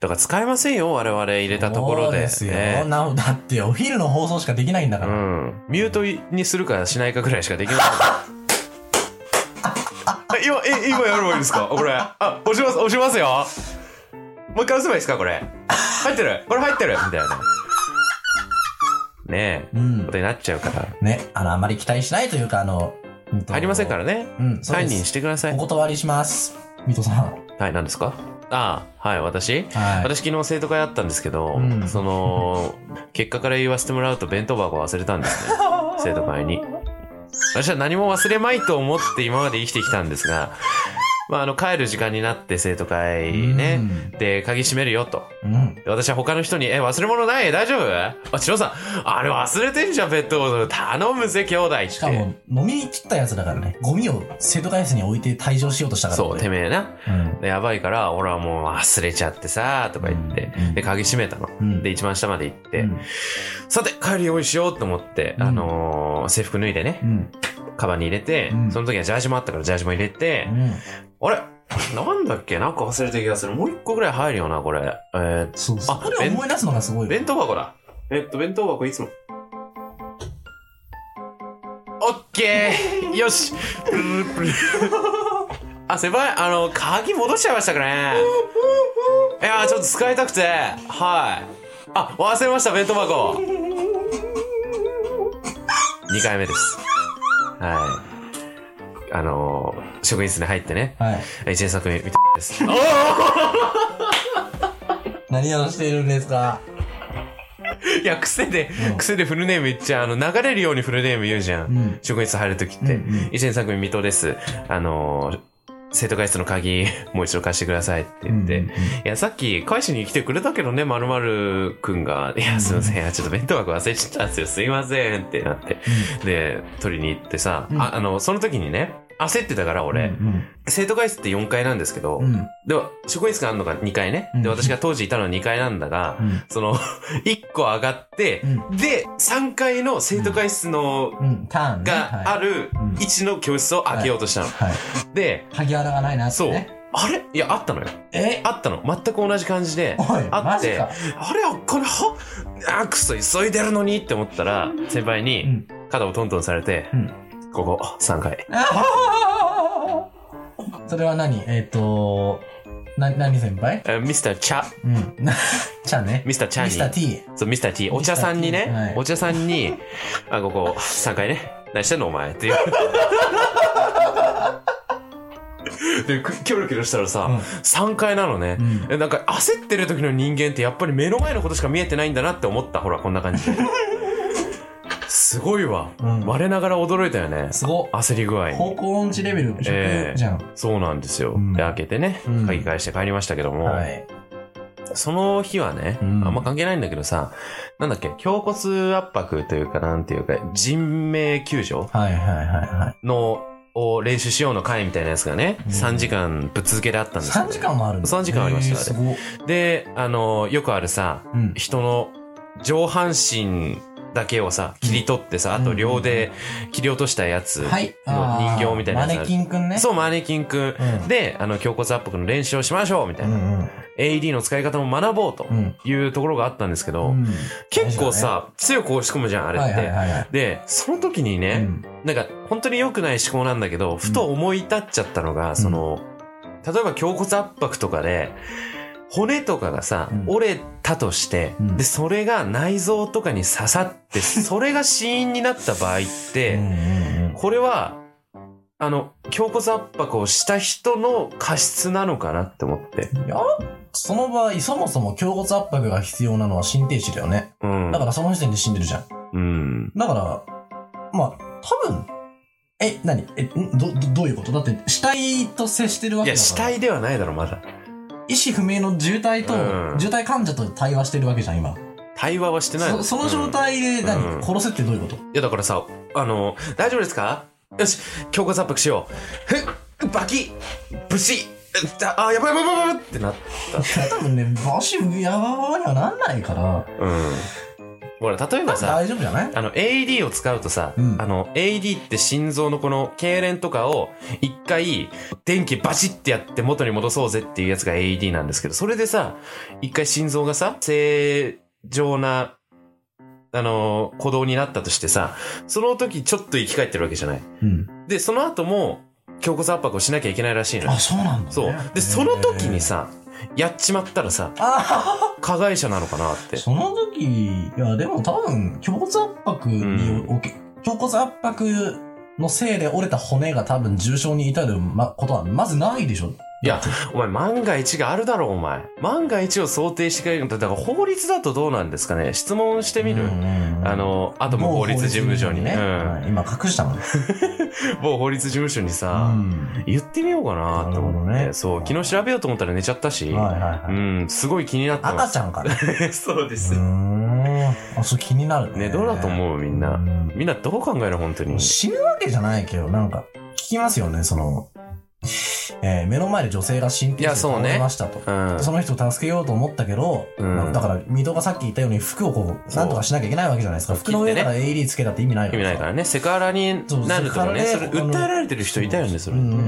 B: だから使えませんよ、我々入れたところ
A: そう
B: で。
A: ですよ。
B: ね
A: なおだってお昼の放送しかできないんだか
B: う
A: ら。
B: ん。ミュートにするかしないかぐらいしかできま せん。え今、え、今やればいいですかこれ。あ、押します、押しますよ。もう一回押せばいいですかこれ。入ってるこれ入ってるみたいな。ねえ。
A: うん
B: ことになっちゃうから。
A: ね、あの、あまり期待しないというか、あの、うんと
B: 入りませんからね。
A: うん、そう
B: サイ
A: で
B: ンにし
A: す。
B: てくださ
A: お
B: い。
A: 断りします。ミトさん。
B: はい、何ですかああ、はい、私
A: はい。
B: 私昨日生徒会あったんですけど、
A: うん
B: その結果から言わせてもらうと弁当箱忘れたんですね生徒会に私は何も忘れまいと思って今まで生きてきたんですが、まあ、あの帰る時間になって生徒会ね、で鍵閉めるよと
A: うん。うん。
B: で私は他の人に「え忘れ物ない大丈夫あ」「千代さんあれ忘れてんじゃん弁当箱頼むぜ兄弟」って
A: しかも、飲み切ったやつだからね、ゴミを生徒会室に置いて退場しようとしたから。
B: そうてめえな
A: うん。
B: でやばいから俺はもう忘れちゃってさとか言って
A: うん
B: で鍵閉めたの
A: うん
B: で一番下まで行って、
A: うん
B: さて、帰る用意しようと思って、
A: うん
B: あのー制服脱いでね
A: う、ん。
B: カバンに入れて、
A: うん
B: その時はジャージもあったからジャージも入れて、
A: うん。
B: あれなんだっけなんか忘れてる気がする。もう一個ぐらい入るよな、これ。えー
A: そう、そ
B: あ
A: こで思い出すのがすごいよ。
B: 弁当箱だ。えっと、弁当箱いつも。オッケーよ しプルルプルルあ、先輩、あの、鍵戻しちゃいましたかねいやー、ちょっと使いたくて。はい。あ、忘れました、弁当箱。2回目です。はい。あのー、職員室に入ってね、
A: はい。
B: 一年作目、みたいです。
A: 何をしているんですか
B: いや、癖で
A: うん、
B: 癖でフルネーム言っちゃう、あの、流れるようにフルネーム言うじ
A: う
B: ゃん。
A: ん
B: 職員室入るときって。
A: うんうん
B: 一年作目、水戸です。あのー生徒会室の鍵、 もう一度貸してくださいって言って、いや、さっき、返しに来てくれたけどね、まるまるくんが、いや、すいません、いやちょっと弁当箱忘れちゃったんですよ、すいませんってなって、で、取りに行ってさ、
A: うん
B: ああの、その時にね、焦ってたから俺、
A: うん
B: 生徒会室って4階なんですけど、
A: うん
B: では、職員室があるのが2階ね。
A: うん
B: で、私が当時いたのは2階なんだが、
A: うん
B: その、1個上がって、
A: う
B: で、3階の生徒会室の、
A: うんターンね
B: があ
A: る
B: る
A: うん
B: 位置の教室を開けようとしたの。
A: はい
B: で、
A: 萩原がないなって
B: そう
A: ね。
B: あれいや、あったのよ。
A: え
B: あったの。全く同じ感じで。
A: おい
B: あ
A: マ
B: っ
A: ジ
B: て、
A: か
B: あれ、あっかね、はあ、くそ、急いでるのにって思ったら、先輩
A: う
B: に
A: ん
B: 肩をトントンされて、
A: うん
B: ここ、3階。
A: あーそれは何えっ、とな何先輩
B: えミスターチャ、
A: うんちゃんね
B: ミスターチャ
A: ミ
B: に
A: スター T
B: そう、ミスター T。お茶さんに
A: ミスター T は
B: ね
A: い、
B: お茶さんに、 あ、ここ、3回ね、何してんのお前って いう。で、くキョロキョロしたら
A: うん
B: さ、3階なのね
A: うん。
B: えなんか焦ってる時の人間ってやっぱり目の前のことしか見えてないんだなって思った。ほら、こんな感じ で。すごいわ。
A: うん
B: 我ながら驚いたよね。
A: すごっ
B: 焦り具合
A: 方
B: に。
A: 向音痴レベル食
B: ええ
A: じゃん、
B: そうなんですよ。
A: うん
B: で、開けてね
A: うん、
B: 鍵返して帰りましたけども。
A: はい
B: その日はね、
A: うん
B: あんま関係ないんだけどさ、なんだっけ、胸骨圧迫というか、なんていうか、人命救助
A: はいはいはいはい
B: の、を練習しようの会みたいなやつがね、
A: うん
B: 3時間ぶっ続けであったんですよ、
A: 3時間もあるんだ
B: 3時間ありました
A: へーすごっ
B: で、あの、よくあるさ、
A: うん
B: 人の上半身だけをさ、切り取ってさ、あと両手切り落としたやつの
A: はいあー
B: 人形みたいなやつある、
A: マネキンくんね
B: そう、マネキンくん。
A: うん
B: で、あの、胸骨圧迫の練習をしましょうみた
A: う
B: い
A: んう
B: な。
A: ん
B: AED の使い方も学ぼうと
A: うん
B: いうところがあったんですけど、
A: うん
B: 結構さ、強く押し込むじゃん、あれっ
A: はい
B: て。
A: はいはいはい
B: で、その時に
A: う
B: ね、
A: ん
B: なんか、本当に良くない思考なんだけど、ふと思い立っちゃったのが、その、例えば胸骨圧迫とかで、骨とかがさ、
A: うん
B: 折れたとして、
A: うん
B: で、それが内臓とかに刺さっ て、それが死因になった場合って、
A: うんうんうん
B: これは、あの、胸骨圧迫をした人の過失なのかなって思って。
A: いやその場合そもそも胸骨圧迫が必要なのは心停止だよね
B: うん
A: だ。からその時点で死んでるじゃん
B: うん。
A: だから、まあ、多分、え、何え、んど、ど、どういうことだって、死体と接してるわ
B: い
A: け
B: や、
A: だ
B: 死
A: から。
B: 体ではないだろ、まだ。
A: 意思不明の重体と、
B: うん
A: 重体患者と対話してるわけじゃん、今。
B: 対話はしてない
A: そその状態で何、
B: うん
A: 殺せってどういうこと
B: いやだからさ、あの、大丈夫ですかよし、強骨圧迫しよう。ふっ、バキブシッああ、やばいやばいやばいやばいってなった。
A: いや多分ね、バシやばにはなんないから、
B: うん。ほら、例えばさ、
A: 大丈夫じゃない
B: あの、AED を使うとさ、
A: うん
B: あの、AED って心臓のこの、痙攣とかを、一回、電気バチってやって元に戻そうぜっていうやつが AED なんですけど、それでさ、一回心臓がさ、正常な、あの、鼓動になったとしてさ、その時ちょっと生き返ってるわけじゃない。
A: うん。
B: で、その後も、胸骨圧迫をしなきゃいけないらしいのよ
A: あ、。そうなんだ、ね。
B: そう。で、その時にさ、やっちまったらさ、
A: あ
B: 加害者なのかなって。
A: その時、いや、でも多分、胸骨圧迫におけ、胸骨圧迫のせいで折れた骨が多分重傷に至る、ま、ことはまずないでしょ
B: いや、お前万が一があるだろ、お前。万が一を想定してくれるんだ。だから法律だとどうなんですかね質問してみる、あ、の、あともう法律事務所にね。うん
A: はい今隠したもんね。
B: 某法律事務所にさ、
A: うん
B: 言ってみようかなと思
A: なるほ
B: って、
A: どね
B: そう、昨日調べようと思ったら寝ちゃったし、
A: はいはいはい。
B: うん、すごい気になってま
A: 赤
B: す。
A: ちゃんから。う
B: そうで
A: ー。ん。あ、そう気になるね。
B: ね、どうだと思うみんな。
A: うん
B: みんなどう考える本当に。
A: 死ぬわけじゃないけど、なんか、聞きますよね、その、えー目の前で女性が心
B: い
A: 停止
B: や
A: で
B: そう
A: 倒
B: ね
A: れましたと。
B: うん。
A: その人を助けようと思ったけど、
B: うん
A: まあだから、水戸がさっき言ったように服をこう、
B: そう
A: なんとかしなきゃいけないわけじゃないですか。服の上から
B: 切
A: AED つけたって意味ないわ
B: 意
A: け
B: 味ないからね。セクハラになるとか
A: そ
B: ね、そうれ
A: セクハラで
B: 訴えられてる人いたよね、それ。
A: うんうんう
B: うん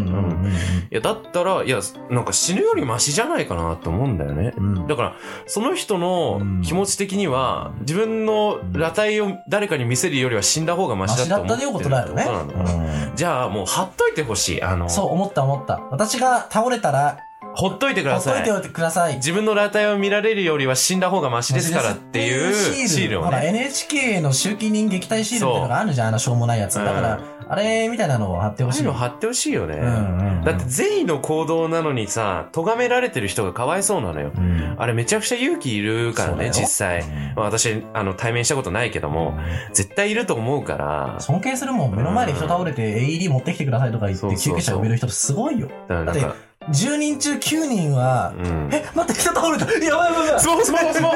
A: ん
B: いや、だったら、いや、なんか死ぬよりマシじゃないかなと思うんだよね。
A: うん。うん
B: だから、その人の気持ち的には、自分の裸体を誰かに見せるよりは死んだ方がマ
A: マ
B: シ
A: シ
B: だ
A: だ
B: と
A: っ
B: 思
A: たとい
B: ってる
A: うことだよね
B: そうなんだ。
A: うん
B: じゃあ、もう貼っといてほしい。あの、
A: そう、思った思った。私が倒れたら、
B: ほっといてく
D: ほ
B: だ
D: っと
B: さ
D: い
B: い
D: て。おいてください。
B: 自分の裸体を見られるよりは死んだ方がマシですからっていうシールを
D: ほら、
B: ね。
D: NHK の集金人撃退シールみたいなのがあるじゃん、あのしょうもないやつ。だから、あれみたいなのを貼って
B: あ
D: ほ
B: あい
D: し
B: う
D: い。
B: の貼ってほしいよね。
D: うんうん
B: だって善意の行動なのにさ、咎められてる人がかわいそうなのよ。
D: うん。
B: あれめちゃくちゃ勇気いるから
D: そうだ
B: ね、
D: よ
B: 実際。まあ私、あの、対面したことないけども、絶対いると思うから、
D: 尊敬するもん、目の前で人倒れて AED 持ってきてくださいとか言っ
B: そ
D: て
B: うそうそう
D: 救急車呼べる人すごいよ。
B: だからなんか、
D: 10人中9人は、
B: うん。
D: え、待って、人倒れたやばいやばいやばい
B: そうそうそう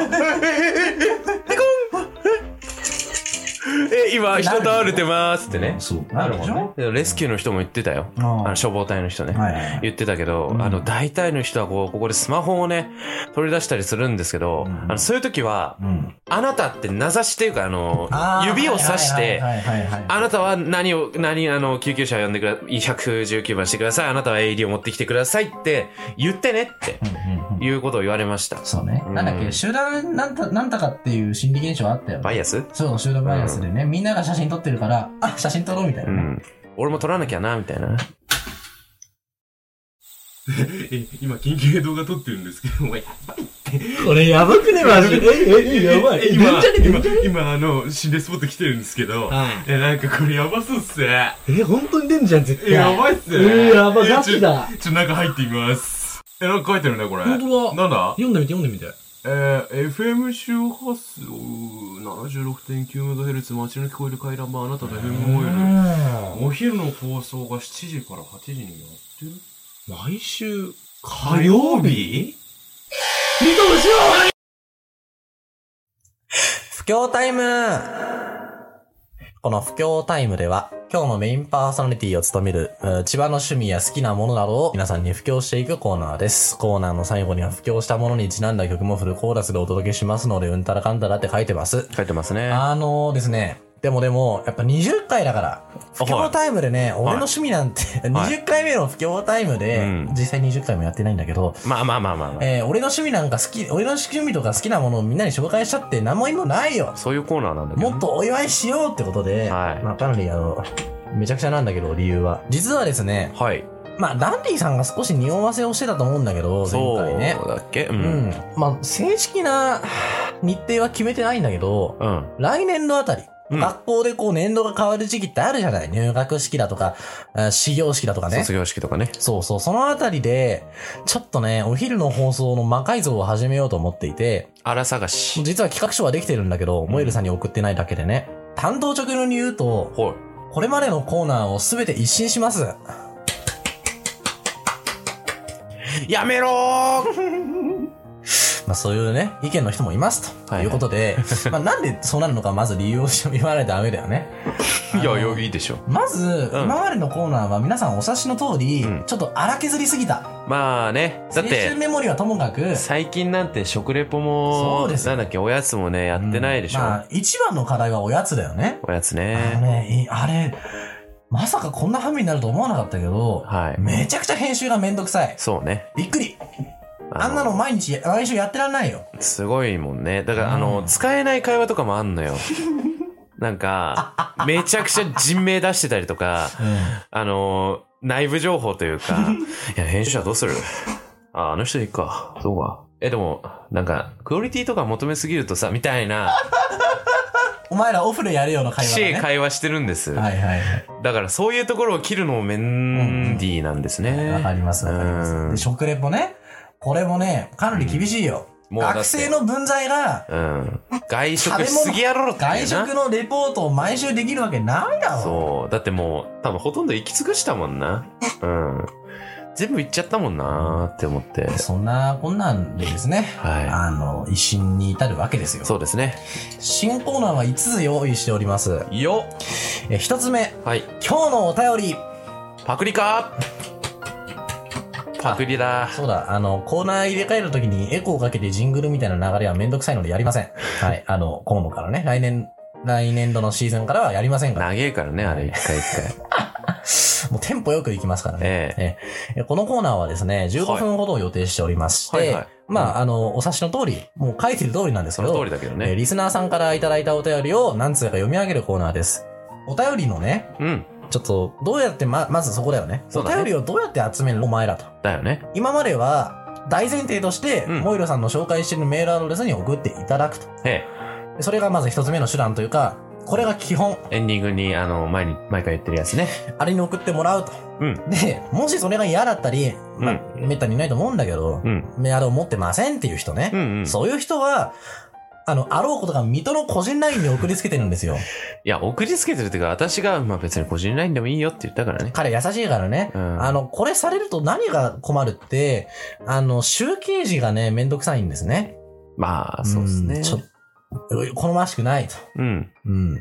B: え、今、人倒れてますってね。
D: そう。
B: な
D: な
B: る
D: るほ
B: ほ
D: どね。
B: どね。レスキューの人も言ってたよ。
D: あ
B: あ
D: あ
B: の消防隊の人ね。
D: はいはいはい
B: 言ってたけど、
D: うん
B: あの、大体の人はこう、ここでスマホをね、取り出したりするんですけど、
D: うん
B: あの、そういう時は、
D: うん
B: あなたって名指しっていうか、あの
D: あ、ー
B: 指を指して、
D: はいはいはいはいはい
B: あなたは何を、何、あの、救急車を呼んでくだ、119番してください。あなたは AED を持ってきてくださいって言ってねって
D: うんうんうん
B: いうことを言われました。
D: そうね。
B: うん
D: なんだっけ、集団なんた、なんたかっていう心理現象あったよね。
B: バイアス
D: そう、集団バイアスでね、みんなが写真撮ってるから、あ、写真撮ろうみたいうなね。
B: ん。俺も撮らなきゃな、みたいな。
E: え、今、緊急で動画撮ってるんですけど、お前、
F: これやばくね、マジで。え、え、やばい。
E: 今
F: 今、じゃね、
E: 今、今、あの、心霊スポット来てるんですけど、
F: は
E: え、なんかこれやばそうっすね。
F: え、本当に出んじゃん、絶
E: え、
F: 対。
E: やばいっすね。
F: えーやば
E: え
F: ガチだ
E: ちょ、ちょ、中入ってみます。え、なんか書いてるね、これ。
F: 本当だ
E: なんだ
F: 読んでみて、読んでみて。
E: えー、FM 周波数 76.9MHz 街の聞こえる回覧板あなたと FM オイル。お昼の放送が7時から8時にやってる
F: 来週、
E: 火曜日
A: 不況タイムこの不況タイムでは、今日のメインパーソナリティを務める、うん千葉の趣味や好きなものなどを皆さんに布教していくコーナーです。コーナーの最後には布教したものにちなんだ曲もフルコーラスでお届けしますので、うんたらかんたらって書いてます。
B: 書いてますね。
A: あのーですね、でもでも、やっぱ20回だから、不況タイムでね、俺の趣味なんて、
B: はい
A: 20回目の不況タイムで、
B: うん
A: 実際20回もやってないんだけど、
B: まあまあまあまあまあ。
A: えー俺の趣味なんか好き、俺の趣味とか好きなものをみんなに紹介しちゃって何も意味もないよ。
B: そういうコーナーなんだけどね。
A: もっとお祝いしようってことで、
B: はい
A: まあかなりあの、めちゃくちゃなんだけど、理由は。実はですね、
B: はい。
A: まあダンディさんが少し匂わせをしてたと思うんだけど、
B: そう
A: 前回ね。
B: だっけう。
A: うんん。まあ正式な日程は決めてないんだけど、
B: うん。
A: 来年度あたり、
B: うん
A: 学校でこう年度が変わる時期ってあるじゃない入学式だとか、あ始業式だとかね。
B: 卒業式とかね。
A: そうそう、そのあたりで、ちょっとね、お昼の放送の魔改造を始めようと思っていて、
B: あら探し。
A: 実は企画書はできてるんだけど、モエルさんに送ってないだけでね。担当直入に言うと、
B: ほい。
A: これまでのコーナーをすべて一新します。
B: やめ ろー
A: まあそういうね、意見の人もいますと。
B: はい
A: い、うこと で、まあなんでそうなるのかまず理由を言わないとダメだよね。
B: いや、よ、いいでしょ。
A: まず、
B: うん
A: 今までのコーナーは皆さんお察しの通り、
B: うん
A: ちょっと荒削りすぎた。
B: まあね。だっ
A: 青春
B: て、
A: メモリはともかく、
B: 最近なんて食レポ
A: そ
B: も
A: う、ですよ
B: なんだっけ、おやつもね、やってないでしょ
A: うん。まあ一番の課題はおやつだよね。
B: おやつ
A: あの
B: ね。
A: ね、いあれ、まさかこんなハメになると思わなかったけど、
B: はい
A: めちゃくちゃ編集がめんどくさい。
B: そうね。
A: びっくり。
B: の
A: あんなの毎日、毎週やってらんないよ。
B: すごいもんね。だから、あ
A: う
B: の、
A: ん
B: 使えない会話とかもあん のよ。なんか、めちゃくちゃ人名出してたり とか、あの、内部情報というか、いや、編集者どうするあ、あの人いいか。そうか。え、でも、なんか、クオリティとか求めすぎるとさ、みたいな、
A: お前らオフでやれよの会話
B: しい
A: だね。
B: 会話してるんです。
A: はいはいはい。
B: だから、そういうところを切るのもメンディーなんですね。
A: わかりますわかり
B: う
A: ま
B: ん
A: す。で、食レポね。これもね、かなり厳しいよ。
B: もうだって
A: 学生の分際が、
B: うん。外食しすぎやろってな。
A: 外食のレポートを毎週できるわけないだろ。
B: そう。だってもう、多分ほとんど行き尽くしたもんな。うん。全部行っちゃったもんなーって思って。
A: そんな、こんなんでですね。
B: は
A: あの、一新に至るわけですよ
B: い。。そうですね。
A: 新コーナーは5つ用意しております。
B: よ
A: え、1つ目。
B: はい。
A: 今日のお便り
B: パクリかパクリだ。
A: そうだ、あの、コーナー入れ替えるときにエコーをかけてジングルみたいな流れはめんどくさいのでやりません。はい、あの、今度からね、来年、来年度のシーズンからはやりませんから、
B: 長えからね、あれ、一回一 回。
A: もうテンポよくいきますからね。
B: ええ。
A: ええこのコーナーはですね、
B: はい
A: 15分ほどを予定しておりまして、
B: はいはい
A: まあ、あの、お察しの通り、もう書いてる通りなんです
B: そ
A: けど、
B: の通りだけど
A: え
B: ね。
A: リスナーさんからいただいたお便りを何通か読み上げるコーナーです。お便りのね、
B: うん。
A: ちょっと、どうやってま、まずそこだよね。
B: そうだね
A: お便りをどうやって集めるのお前らと。
B: だよね。
A: 今までは、大前提として、
B: うん
A: モイロさんの紹介しているメールアドレスに送っていただくと。
B: え
A: でそれがまず一つ目の手段というか、これが基本、
B: え、エンディングに、あの、前に、毎回言ってるやつね。
A: あれに送ってもらうと。
B: うん。
A: で、もしそれが嫌だったり、まあ、めったにいないと思うんだけど、
B: うん。
A: メールを持ってませんっていう人ね。
B: うんうん。
A: そういう人は、あの、あろうことが水戸の個人ラインに送りつけてるんですよ。
B: いや、送りつけてるっていうか、私が、まあ別に個人ラインでもいいよって言ったからね。
A: 彼優しいからね。
B: うん
A: あの、これされると何が困るって、あの、集計時がね、めんどくさいんですね。
B: まあ、そうです
A: ん
B: ね。
A: ちょ好ましくないと。
B: うん。
A: うん。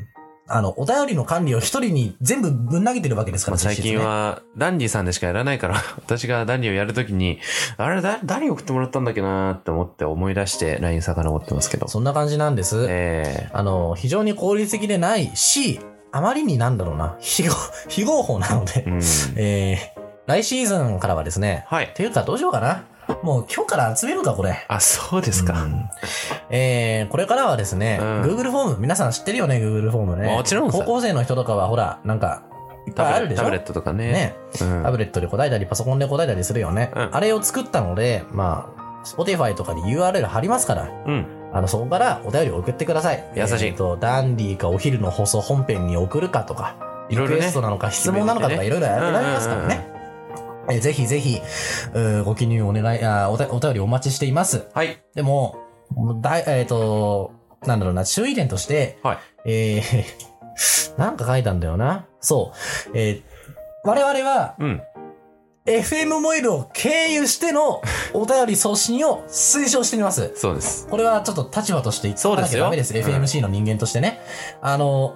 A: あの、お便りの管理を一人に全部ぶん投げてるわけですから、
B: まあ最近
A: 実質ね。
B: は、ダンディさんでしかやらないから、 私がダンディをやるときに、あれ、だ、誰に送ってもらったんだっけなーって思って思い出して、ライン遡ってますけど。
A: そんな感じなんです。
B: え
A: あの、非常に効率的でないし、あまりになんだろうな、非合、 非合法なので、
B: えうん。
A: えー、来シーズンからはですね、
B: はい
A: っ。ていうかどうしようかな。もう今日から集めるか、これ。
B: あ、そうですか。
A: うんえー、これからはですね、
B: うん
A: Google フォーム、皆さん知ってるよね、Google フォームね。
B: もちろんさ
A: 高校生の人とかは、ほら、なんか、いっぱいあ
B: タブ
A: る
B: レ
A: でし
B: タ
A: ょ
B: ブレットとかね。
A: ね。
B: うん
A: タブレットで答えたり、パソコンで答えたりするよね。
B: うん
A: あれを作ったので、まあ、Spotify とかに URL 貼りますから、
B: うん。
A: あの、そこからお便りを送ってください。
B: 優しい
A: えーと、ダンディーかお昼の放送本編に送るかとか、
B: いろいろね
A: リクエストなのか質問なのかとかいろ
B: 決
A: いろやられますからね。えーぜひぜひ、うーご記入お願い、あーおたお便りお待ちしています。
B: はい。
A: でも、もうだいえっ、と、なんだろうな、注意点として、
B: はい
A: えー、 なんか書いたんだよな。そう。えー、我々は、
B: うん。
A: FM モイルを経由してのお便り送信を推奨しています。
B: そうです。
A: これはちょっと立場として言
B: そう
A: わ
B: で
A: なき
B: す
A: ゃ
B: よ
A: ダメです。FMC の人間としてね。あの、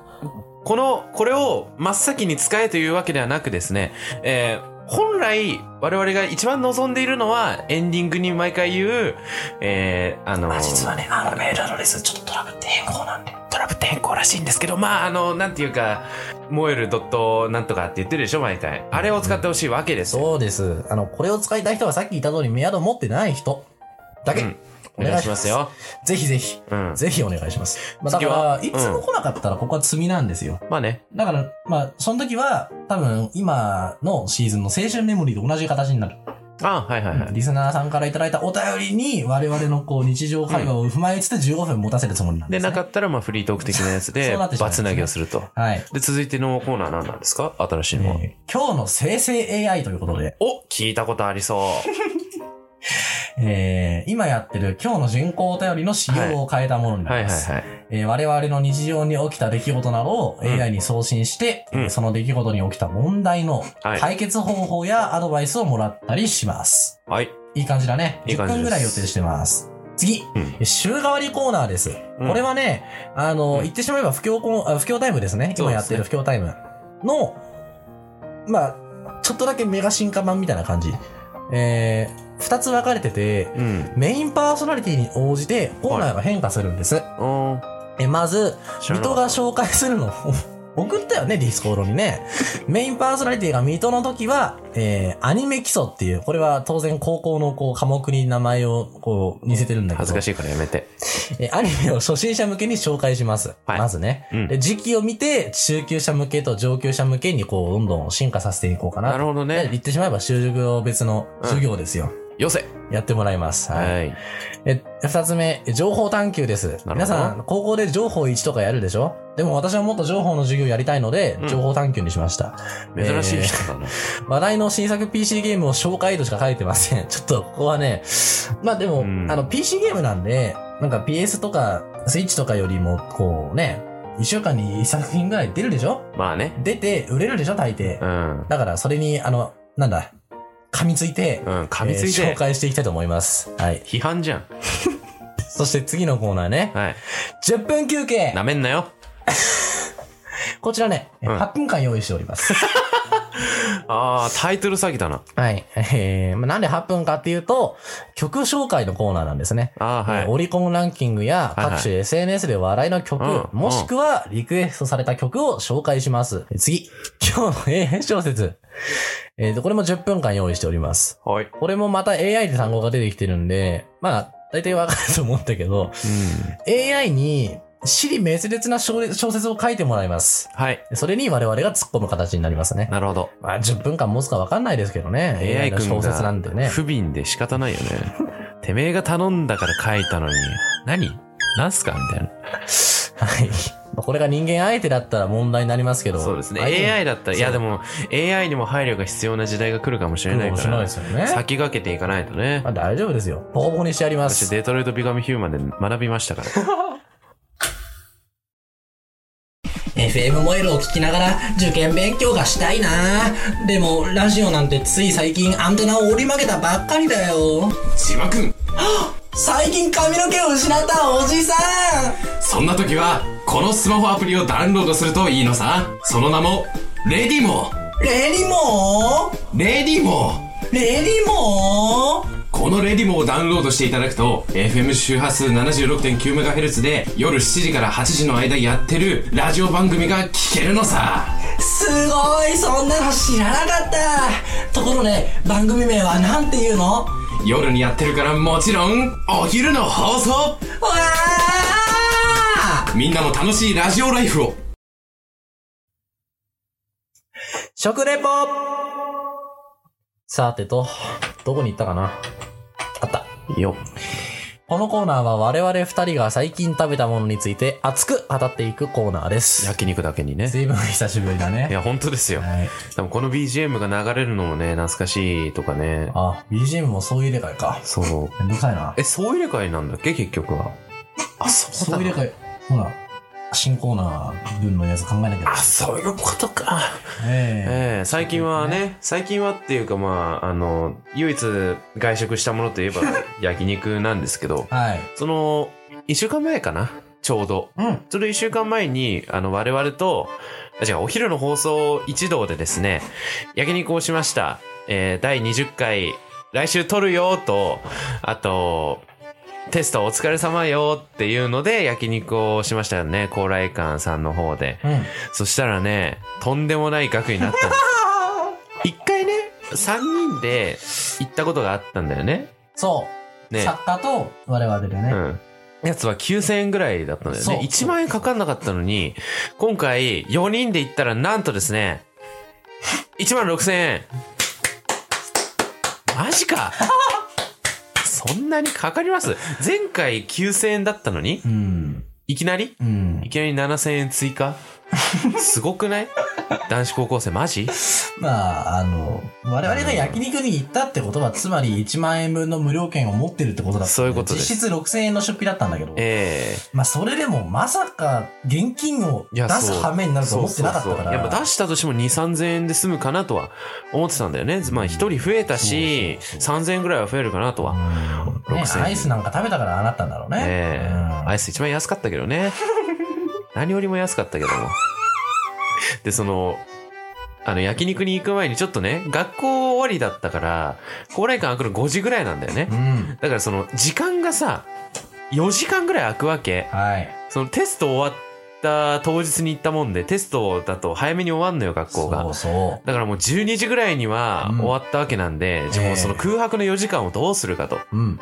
B: この、これを真っ先に使えというわけではなくですね、えー本来、我々が一番望んでいるのは、エンディングに毎回言う、えーあの
A: はね、あのメールアドレス、ちょっとトラブって変更なんで。
B: トラブって変更らしいんですけど、まあ、あの、なんていうか、モエルドットなんとかって言ってるでしょ、毎回。あれを使ってほしいわけですよ。
A: そうです。あの、これを使いたい人はさっき言った通りメアド持ってない人だけ。
B: うんお願いしますよ。
A: ぜひぜひ、
B: うん。
A: ぜひお願いします。まあ、だ
B: 次
A: か
B: は
A: ら、いつも来なかったらここは罪なんですよ。
B: まあね。
A: だから、まあ、その時は、多分、今のシーズンの青春メモリーと同じ形になる。
B: あはいはいはい。
A: リスナーさんからいただいたお便りに、我々のこう、日常会話を踏まえつつ15分持たせるつもりなん
B: で、
A: です、ね。
B: なかったら、まあ、フリートーク的なやつ
A: そ
B: で、
A: うなってしまい
B: バ
A: ます
B: ツ
A: ね
B: 投げをすると。
A: はい。
B: で、続いてのコーナー何なんですか新しい
A: えー
B: のは。
A: 今日の生成 AI ということで、
B: お聞いたことありそう。
A: えー今やってる今日の人工お便りの仕様を変えたものにな
B: はい
A: り
B: は
A: ま
B: い
A: す。
B: はい。
A: えー我々の日常に起きた出来事などを
B: うん
A: AI に送信して、
B: うん
A: えーその出来事に起きた問題の
B: はい
A: 解決方法やアドバイスをもらったりします。
B: はい。
A: いい感じだね。
B: いい感じ
A: 10分
B: です
A: ぐらい予定してます。次、
B: うん
A: 週替わりコーナーです。
B: うん
A: これはね、あの、
B: うん
A: 言ってしまえば不況コーあ不況タイムですね。
B: そう
A: 今
B: ですね
A: やってる不況タイムの、まあ、ちょっとだけメガ進化版みたいな感じ。えー、二つ分かれてて、
B: うん。
A: メインパーソナリティに応じてコーナーが変化するんです。
B: おー
A: え、まず、
B: 知
A: 水
B: らなか
A: 戸
B: った
A: が紹介するの を送ったよね、ディスコードにね。メインパーソナリティが水戸の時は、えー、アニメ基礎っていう、これは当然高校のこう科目に名前をこう似せてるんだけど。
B: 恥ずかしいからやめて。
A: えーアニメを初心者向けに紹介します。
B: はい
A: まずね、
B: うん
A: で。時期を見て、中級者向けと上級者向けにこう、どんどん進化させていこうかな。
B: なるほど
A: で
B: ね。
A: 言ってしまえば、就職を別の授業ですよ。
B: よせ。
A: やってもらいます。はい。
B: はい。
A: え、二つ目、情報探求です。
B: ど
A: 皆さん、高校で情報1とかやるでしょでも私はもっと情報の授業やりたいので
B: う、ん
A: 情報探求にしました。
B: 珍しい人だな。
A: 話題の新作 PC ゲームを紹介としか書いてません。 ちょっと、ここはね、まあでも、
B: うん
A: あの、PC ゲームなんで、なんか PS とか、スイッチとかよりも、こうね、一週間に一作品ぐらい出るでしょ
B: まあね。
A: 出て、売れるでしょ大抵
B: う。ん。
A: だから、それに、あの、なんだ、噛みついて、
B: うん。噛みつ
A: え
B: い
A: ー
B: て
A: 紹。介していきたいと思います。はい。
B: 批判じゃん。
A: そして次のコーナーね。
B: はい。
A: 10分休憩
B: なめんなよ。
A: こちらね、
B: ん
A: 8分間用意しております。
B: ああ、タイトル詐欺だな。
A: はい。えー、まあなんで8分かっていうと、曲紹介のコーナーなんですね。
B: ああ、は
A: えー
B: い。
A: オリコンランキングや
B: はいはい
A: 各種 SNS で話題の曲、
B: うん
A: もしくはリクエストされた曲を紹介します。次、 今日の AI 小説。えっ、と、これも10分間用意しております。
B: はい。
A: これもまた AI で単語が出てきてるんで、まあ、大体わかると思うんだけど、AI に死に滅裂な小小説を書いてもらいます。
B: はい。
A: それに我々が突っ込む形になりますね。
B: なるほど。
A: まあ、10分間持つか分かんないですけどね。
B: AI
A: の
B: 君
A: 小説なんで
B: が
A: ね。
B: 不憫で仕方ないよね。てめえが頼んだから書いたのに、何なんすかみたいな。
A: はい。まあこれが人間相手だったら問題になりますけど。
B: そうですね。
A: 相手に
B: AI だったら、いやでも、AI にも配慮が必要な時代が来るかもしれ
A: 来
B: な
A: る
B: い
A: かもしれない
B: から
A: で、すよね。
B: 先駆けていかないとね
A: まあ、。大丈夫ですよ。ボコボコにしてやりま
B: 私、
A: す。
B: デトロイト・ビガミ・ヒューマンで学びましたから。
G: FM モエルを聞きながら受験勉強がしたいなでもラジオなんてつい最近アンテナを折り曲げたばっかりだよ
C: 千葉君
G: 最近髪の毛を失ったおじさん
C: そんな時はこのスマホアプリをダウンロードするといいのさその名もレディモ
G: レディモ
C: レディモ
G: ーレディモー
C: このレディモをダウンロードしていただくと FM 周波数 76.9MHz で夜7時から8時の間やってるラジオ番組が聞けるのさ
G: すごいそんなの知らなかったところで番組名は何て言うのわ
C: 夜にやってるからもちろんお昼の放送
G: あ
C: みんなも楽しいラジオライフを
A: 食レポさてと、どこに行ったかなあった。
B: よ
A: このコーナーは我々二人が最近食べたものについて熱く語っていくコーナーです。
B: 焼肉だけにね。
A: 随分久しぶりだ
B: い
A: ね。
B: や、本当ですよ。
A: はい。
B: 多分この BGM が流れるのもね、懐かしいとかね。
A: あ、BGM もそういう入れ替えか。
B: そう。
A: めんどくさいな。
B: え、総入れ替えなんだっけ結局は。あ、そ
A: そういう入れ替え、ほら、新コーナー分のやつ考えなきゃ
B: あ、。そういうことか。
A: え
B: ええ最近はね、最近はっていうかまあ、あの、唯一外食したものといえ ば焼肉なんですけど、
A: えはい。
B: その、一週間前かなちょうど。
A: うん。
B: ちょうど一週間前に、あの、我々と、あ違う、お昼の放送一同でですね、焼肉をしました。えー、第20回、来週撮るよと、あと、テストお疲れ様よっていうので焼肉をしましたよね、高麗館さんの方で。
A: うん。
B: そしたらね、とんでもない額にな ったんです。一回ね、三人で行ったことがあったんだよね。
A: そう。
B: ね。
A: 作家と我々でね。
B: うん。やつは9000円ぐらいだったんだよ
A: そう
B: ね。1万円かかんなかったのに、今回4人で行ったらなんとですね、1万6000円。マジかそんなにかかります前回9000円だったのに
A: うん。
B: いきなり
A: うん
B: い。きなり7000円追加すごくない男子高校生マジ
A: まあ、あの、我々が焼肉に行ったってことは、つまり1万円分の無料券を持ってるってことだったんで
B: そういうことです
A: 実質6000円の出費だったんだけど、
B: え
A: まあ、それでもまさか現金を
B: いや
A: 出す
B: そう
A: 羽目に
B: え
A: なると思ってなかったから。
B: やっぱ出したとしても2、3000円で済むかなとは思ってたんだよね。まあ1人増えたし、
A: そうそう
B: 3000円ぐらいは増えるかなとは。
A: うんね
B: 6000円
A: アイスなんか食べたからああなったんだろうね。
B: ええ
A: うん
B: アイス一番安かったけ どね。何よりも安かったけども。で、その、あの、焼肉に行く前にちょっとね、学校終わりだったから、高麗館開くの5時ぐらいなんだよね。
A: うん。
B: だからその、時間がさ、4時間ぐらい開くわけ。
A: はい。
B: そのテスト終わった当日に行ったもんで、テストだと早めに終わんのよ、学校が。
A: そうそう。
B: だからもう12時ぐらいには
A: うん
B: 終わったわけなんで、じゃあもうその空白の4時間をどうするかと。
A: うん。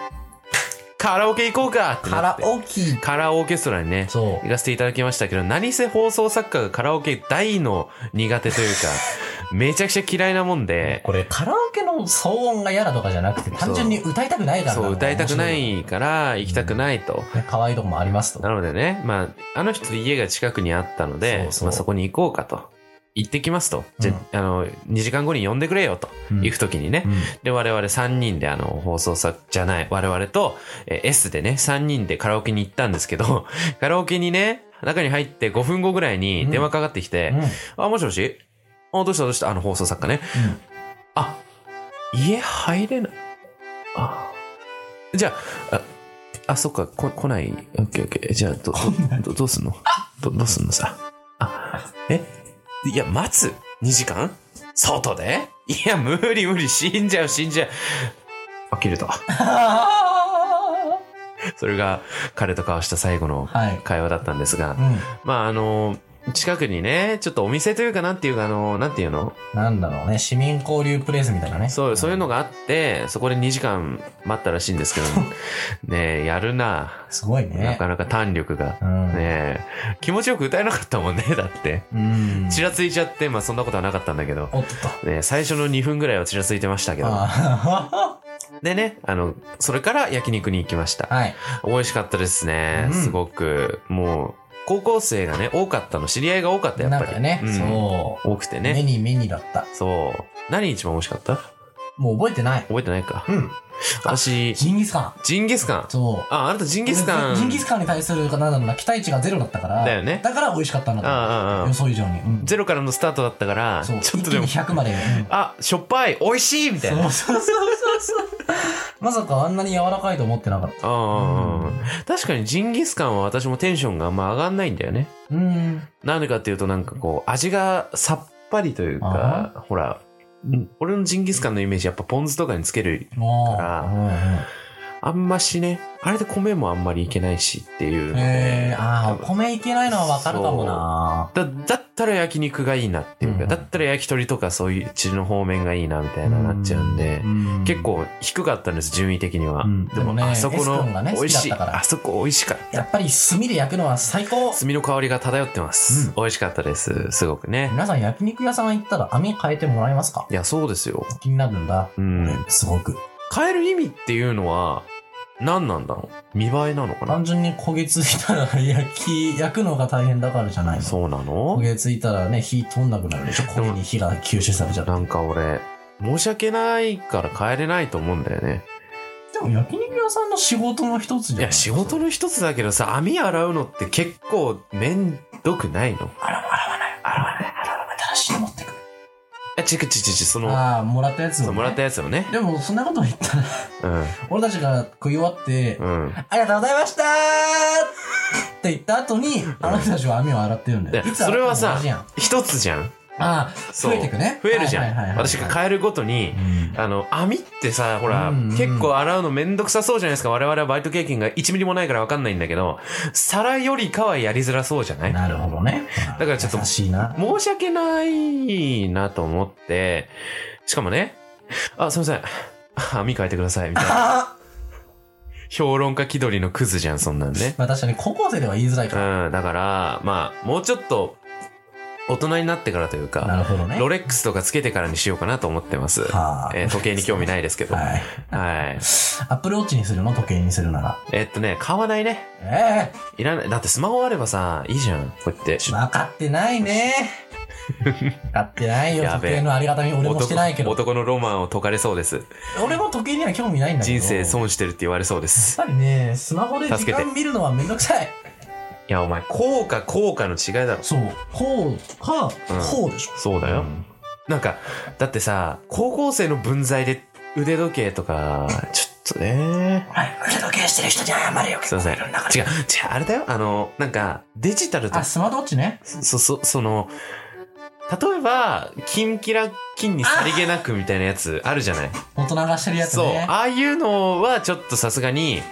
B: カラオケ行こうかって
A: カ
B: なっ
A: ラ
B: て。
A: オケ。
B: カラオーケストラにね、
A: そう
B: 行。かせていただきましたけど、何せ放送作家がカラオケ大の苦手というか、 めちゃくちゃ嫌いなもんで、
A: これカラオケの騒音が嫌だとかじゃなくて、単純に歌いたくないからな
B: そう、歌いたくな。いから行きたくないと。
A: ね可愛いとこもありますと。
B: なのでね、まあ、あの人で家が近くにあったので、
A: そうそう
B: まあ、そこに行こうかと。行ってきますと。じゃ、あの、2時間後に呼んでくれよと。
A: うん
B: 行くときにね。
A: うん
B: で、我々3人で、あの、放送作じゃない、我々と、えー S でね、3人でカラオケに行ったんですけど、 カラオケにね、中に入って5分後ぐらいに電話かかってきて、あ、もしもしあ、どうしたどうしたあの放送作家ね。
A: うん
B: あ、家入れない。あ、じゃあ、あ、あそっか、こ来ない。オッケーオッケー。じゃあ、ど、ど、どうすんのど、どうすんのさ。あ、えいや、待つ ?2 時間外でいや、無理無理。死んじゃう、死んじゃう。あ、切れた。それが彼と交わした最後の
A: はい。
B: 会話だったんですが、
A: うん。
B: まああの、近くにね、ちょっとお店というかなんていうかあの、なんていうの
A: なんだろうね、市民交流プレイスみたいなね。
B: そう、そういうのがあって、そこで2時間待ったらしいんですけど、ねえ、やるな。
A: すごい
B: な
A: ね。
B: かなか弾力が。
A: うん。
B: ねえ、気持ちよく歌えなかったもんね、 だって。
A: うん。
B: ちらついちゃって、まあそんなことはなかったんだけど。
A: おっとっと。
B: ね、最初の2分ぐらいはちらついてましたけど。
A: あ
B: でね、あの、それから焼肉に行きました
A: ー。はい。
B: 美味しかったですね。
A: うん
B: すごく。もう、高校生がね、多かったの。知り合いが多かった、やっ
A: な
B: ぱ
A: ん
B: り。
A: かね、
B: うん
A: そ
B: 多くて
A: う。
B: ね
A: 目。に目にだった。
B: そう。何一番美味しかった
A: もう覚えてない。
B: 覚えてないか。
A: うん。
B: 私、
A: ジンギスカン。
B: ジンギスカン。
A: そう。
B: あ、あなたジンギスカン。
A: ジンギスカンに対する、なんだろうな、期待値がゼロだったから。
B: だよね
A: だから美味しかったんだと思う
B: ああ、ああ
A: 予。想以上に。うん。
B: ゼロからのスタートだったから、
A: そう。
B: ちょっ
A: 一気
B: とでも
A: に、100まで。 うん
B: あ、しょっぱい、美味しいみたいな。
A: そうそうそうそうそう。まさかあんなに柔らかいと思ってなかった。
B: うんうんうん確かにジンギスカンは私もテンションがあんま上がんないんだよね。
A: うん。
B: なんでかっていうとなんかこう、味がさっぱりという
A: あ
B: か、ほら、俺のジンギスカンのイメージやっぱポン酢とかにつける
A: もう。
B: から
A: うんうん
B: あんましね、あれで米もあんまりいけないしっていうので
A: えー、ああ、お米いけないのはわかるかもな。
B: だだったら焼肉がいいなっていうか、
A: うん
B: だったら焼き鳥とかそういう地の方面がいいなみたいななっちゃうんで、
A: うん
B: 結。構低かったんです、順位的には。
A: うん
B: で
A: で
B: も
A: もね
B: あそこ
A: S
B: の
A: 君がね
B: 美味しい、
A: 好きだったから
B: あそこ美味しかった。
A: やっぱり炭で焼くのは最高。
B: 炭の香りが漂ってます。美味しかったです、すごくね。
A: 皆さん焼肉屋さん行ったら網変えてもらえますか
B: いや、そうですよ。
A: 気になるんだ。
B: うん。
A: すごく。
B: 変える意味っていうのは、何なんだろう見栄えなのか
A: 単
B: な
A: 純に焦げついたら焼き、焼くのが大変だからじゃないの。
B: そうな
A: 焦
B: の
A: げついたらね、火通んなくなるでしょ。
B: で
A: 焦
B: も
A: げに火が吸収されちゃう。
B: なんか俺、申し訳ないから帰れないと思うんだよね。
A: でも焼肉屋さんの仕事の一つじゃ
B: い
A: ん。
B: や、仕事の一つだけどさ、網洗うのって結構めんどくないの
A: 新しいの持ってくる。
B: え、ちくちちち、その、
A: ああ、もらったやつを、
B: そうもらったやつをね。
A: でも、そんなこと言ったら、
B: うん。
A: 俺たちが食い終わって、
B: うん。
A: ありがとうございましたーって言った後に、あの人たちは網を洗ってるんだよ。
B: いや
A: いつ洗っても同じやん
B: 一つじゃん。
A: ああ、
B: そう
A: 増えてくね。
B: 増えるじ
A: はいはい
B: ゃ
A: はい
B: ん。
A: はい
B: 私が帰るごとに、あの、網ってさ、ほら、
A: うんうん
B: 結構洗うのめんどくさそうじゃないですか。我々はバイト経験が1ミリもないからわかんないんだけど、皿よりかはやりづらそうじゃない
A: なるほどね。
B: だからちょっと
A: 優しいな。
B: 申し訳ないなと思って、しかもね、あ、すいません。網変えてください、み たいな。評論家気取りのクズじゃん、そんなんね。
A: まあ確かに高校生では言いづらいから。
B: うん、だから、まあ、もうちょっと、大人になってからという
A: な
B: か、
A: るほどね。
B: ロレックスとかつけてからにしようかなと思ってます。
A: はあ。
B: えー時計に興味ないですけど。は
A: はい。
B: い。
A: アップルウォッチにするの時計にするなら。
B: えっとね、買わないね。
A: え
B: いらない。だってスマホあればさ、いいじゃん。こうやって。
A: え分かってない ね。分かってないよ。
B: や
A: 時
B: べえ
A: 計のありがたみ俺もしてないけ
B: 男
A: ど。
B: 男のロマンを解かれそうです。
A: 俺も時計には興味ないんだけど。
B: 人生損してるって言われそうで
A: やっ
B: す。
A: ぱりね、スマホで時
B: 助けて
A: 間見るのはめんどくさい。
B: いや、お前、効果、効果の違いだろ。
A: そう。こうか、
B: うん
A: こうでしょ。
B: そうだよ。なんか、だってさ、高校生の分際で腕時計とか、ちょっとね。
A: はい。腕時計してる人に謝れよ。
B: すいません。違う、違う、あれだよ。あの、なんか、デジタルと
A: あ、、スマートウォッチね。
B: そ、そ、その、例えば、金キラ、金にさりげなくみたいなやつあるじゃない。
A: 大人がしてるやつ
B: そう。
A: ね。
B: ああいうのは、ちょっとさすがに、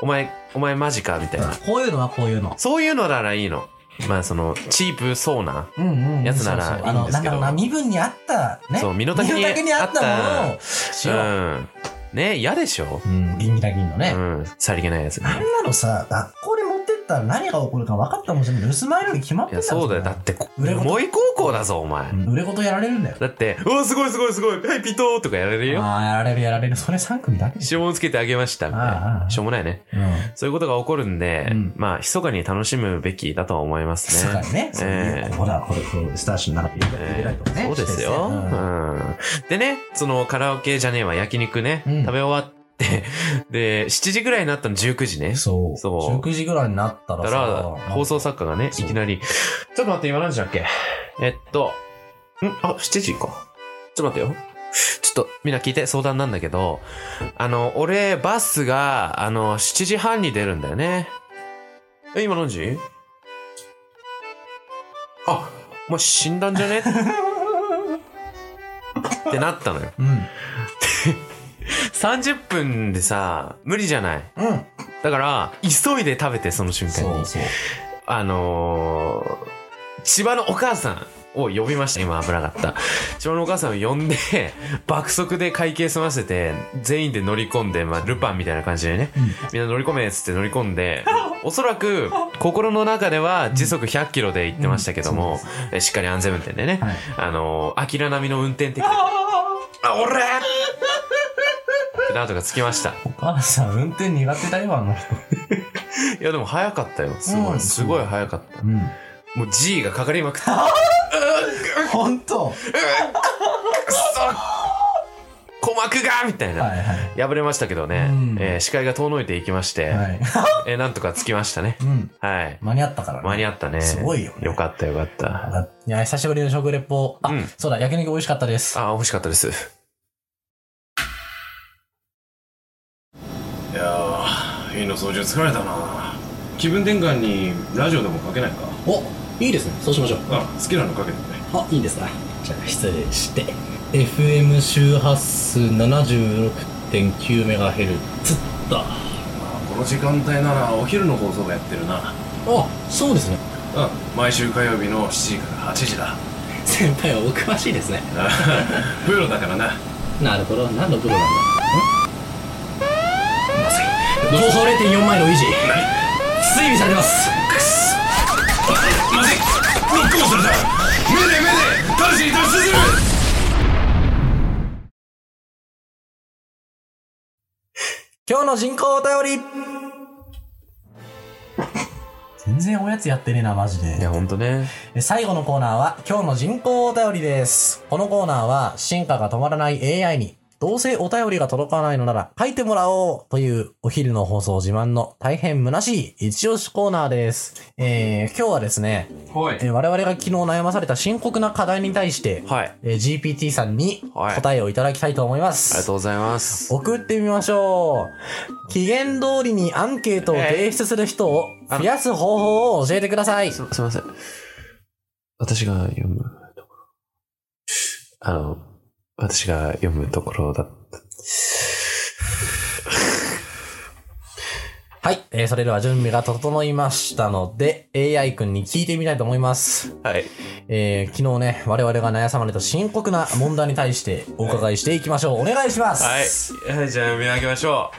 B: お前、お前マジか、みたいな。
A: こういうのはこういうの。
B: そういうのならいいの。まあ、その、チープそうな。
A: うんうんうん。
B: やつなら
A: そうそう
B: いいんで
A: あの、な
B: すけど
A: んだろうな、身分に合った、ね。
B: そう身の丈に
A: 合ったもの
B: 合
A: をし
B: う
A: よう。
B: ん。ね、嫌でしょ
A: うん、銀ギラ銀の
B: う
A: ね。
B: ん。さりげないやつ。い
A: あんなのさ、学校で持ってったら何が起こるか分かったもんじゃない。盗まれるに決まって
B: や、
A: た
B: そうだよ。だ
A: だ
B: って、こ
A: 売れ事
B: 萌え高校だぞ、お前。
A: 売れ事やられるんだよ。
B: だって、うわ、すごいすごいすごい、はい、ピトーとかやられるよ。
A: ああ、やられるやられる。それ3組だけでしょ。
B: 指紋つけてあげました、みたい
A: あ
B: な。
A: あ
B: しょうもないね。
A: うん。
B: そういうことが起こるんで、
A: うん
B: まあ、密かに楽しむべきだとは思います
A: 静
B: ね
A: か。にね。そうい
B: え
A: う
B: え
A: ここだ、これ、こうスターシュの中に入れ入れたりとかね。
B: そうですよ、う
A: してね
B: んでね、そのカラオケじゃねえわ、焼肉ね、
A: うん
B: 食べ終わって、 で、7時ぐらいになったの19時ね。
A: うんそう。
B: そう
A: 19時ぐらいになったら
B: だか
A: さ、
B: ら、放送作家がね、い
A: そう
B: きなり、ちょっと待って、今何時だっけえっと、んあ、7時か。ちょっと待ってよ。ちょっと、みんな聞いて、相談なんだけど、あの、俺、バスが、あの、7時半に出るんだよね。え、今何時あ、お前死んだんじゃねってなったのよ。
A: うん。う ん。
B: 30分でさ、無理じゃない。
A: うん。
B: だから、急いで食べて、その瞬間
A: そ
B: に
A: う。そう。
B: あのー千葉のお母さんを呼びました。今危なかった。千葉のお母さんを呼んで、爆速で会計済ませて、全員で乗り込んで、まあ、ルパンみたいな感じでね、みんな乗り込めっつって乗り込んで、おそらく、心の中では時速100キロで行ってましたけども、えしっかり安全運転でね、あのー、明並みの運転的な、あ、俺ってなんとかつきました。
D: お母さん、運転苦手だよ、あの人。
B: いや、でも早かったよ。すご
D: う
B: い、
D: ん
B: すごい早かった。
D: うん。
B: もう G がかかりまくって。
D: ほんと
B: 鼓膜がみたいな、
D: はいはい。
B: 破れましたけどね、
D: うん
B: えー視界が遠のいていきまして、
D: はい。
B: えーなんとかつきましたね、
D: うん。
B: はい
D: 間に合ったからね。
B: 間に合ったね
D: すごいよね
B: よかったよかった
D: あいや、久しぶりの食レポ。あ、
B: うん
D: そうだ、焼肉美味しかったです。
B: ああ欲しかったです
E: いやー、家の掃除疲れたな。気分転換にラジオでもかけないか。
G: おいいですねそうしましょう
E: あ、好きなのかけてくれ。
G: あいいんですかじゃあ失礼して FM 周波数 76.9MHz
E: こ
G: だ
E: の時間帯ならお昼の放送がやってるな。
G: あそうですね
E: うん、毎週火曜日の7時から8時だ。
G: 先輩はお詳しいですね
E: プロだからな。
G: なるほど何のプロなんだまずい情報0.4枚の維持追尾されてます
A: 今日の人工お便り
D: 全然おやつやってねえな、マジ
B: い
D: で。
B: やほんとね
A: え最後のコーナーは今日の人工お便りです。このコーナーは進化が止まらない AI にどうせお便りが届かないのなら書いてもらおうというお昼の放送自慢の大変虚しい一押しコーナーです。えー、今日はですね、
E: はい
A: えー我々が昨日悩まされた深刻な課題に対して、
B: はいあ
A: えー GPT さんに
B: はい
A: 答えをいただきたいと思いま
B: りが
A: す。
B: とうございます
A: 送ってみましょう。期限通りにアンケートを提出する人を増やす方法を教えてください。
B: すすいません私が読むところあの私が読むところだった
A: はい。えーそれでは準備が整いましたので、AI 君に聞いてみたいと思います。
B: はい
A: えー昨日ね、我々が悩さまれた深刻な問題に対してお伺いしていきましょう。お願いします。
B: はい、はい、じゃあ見上げましょ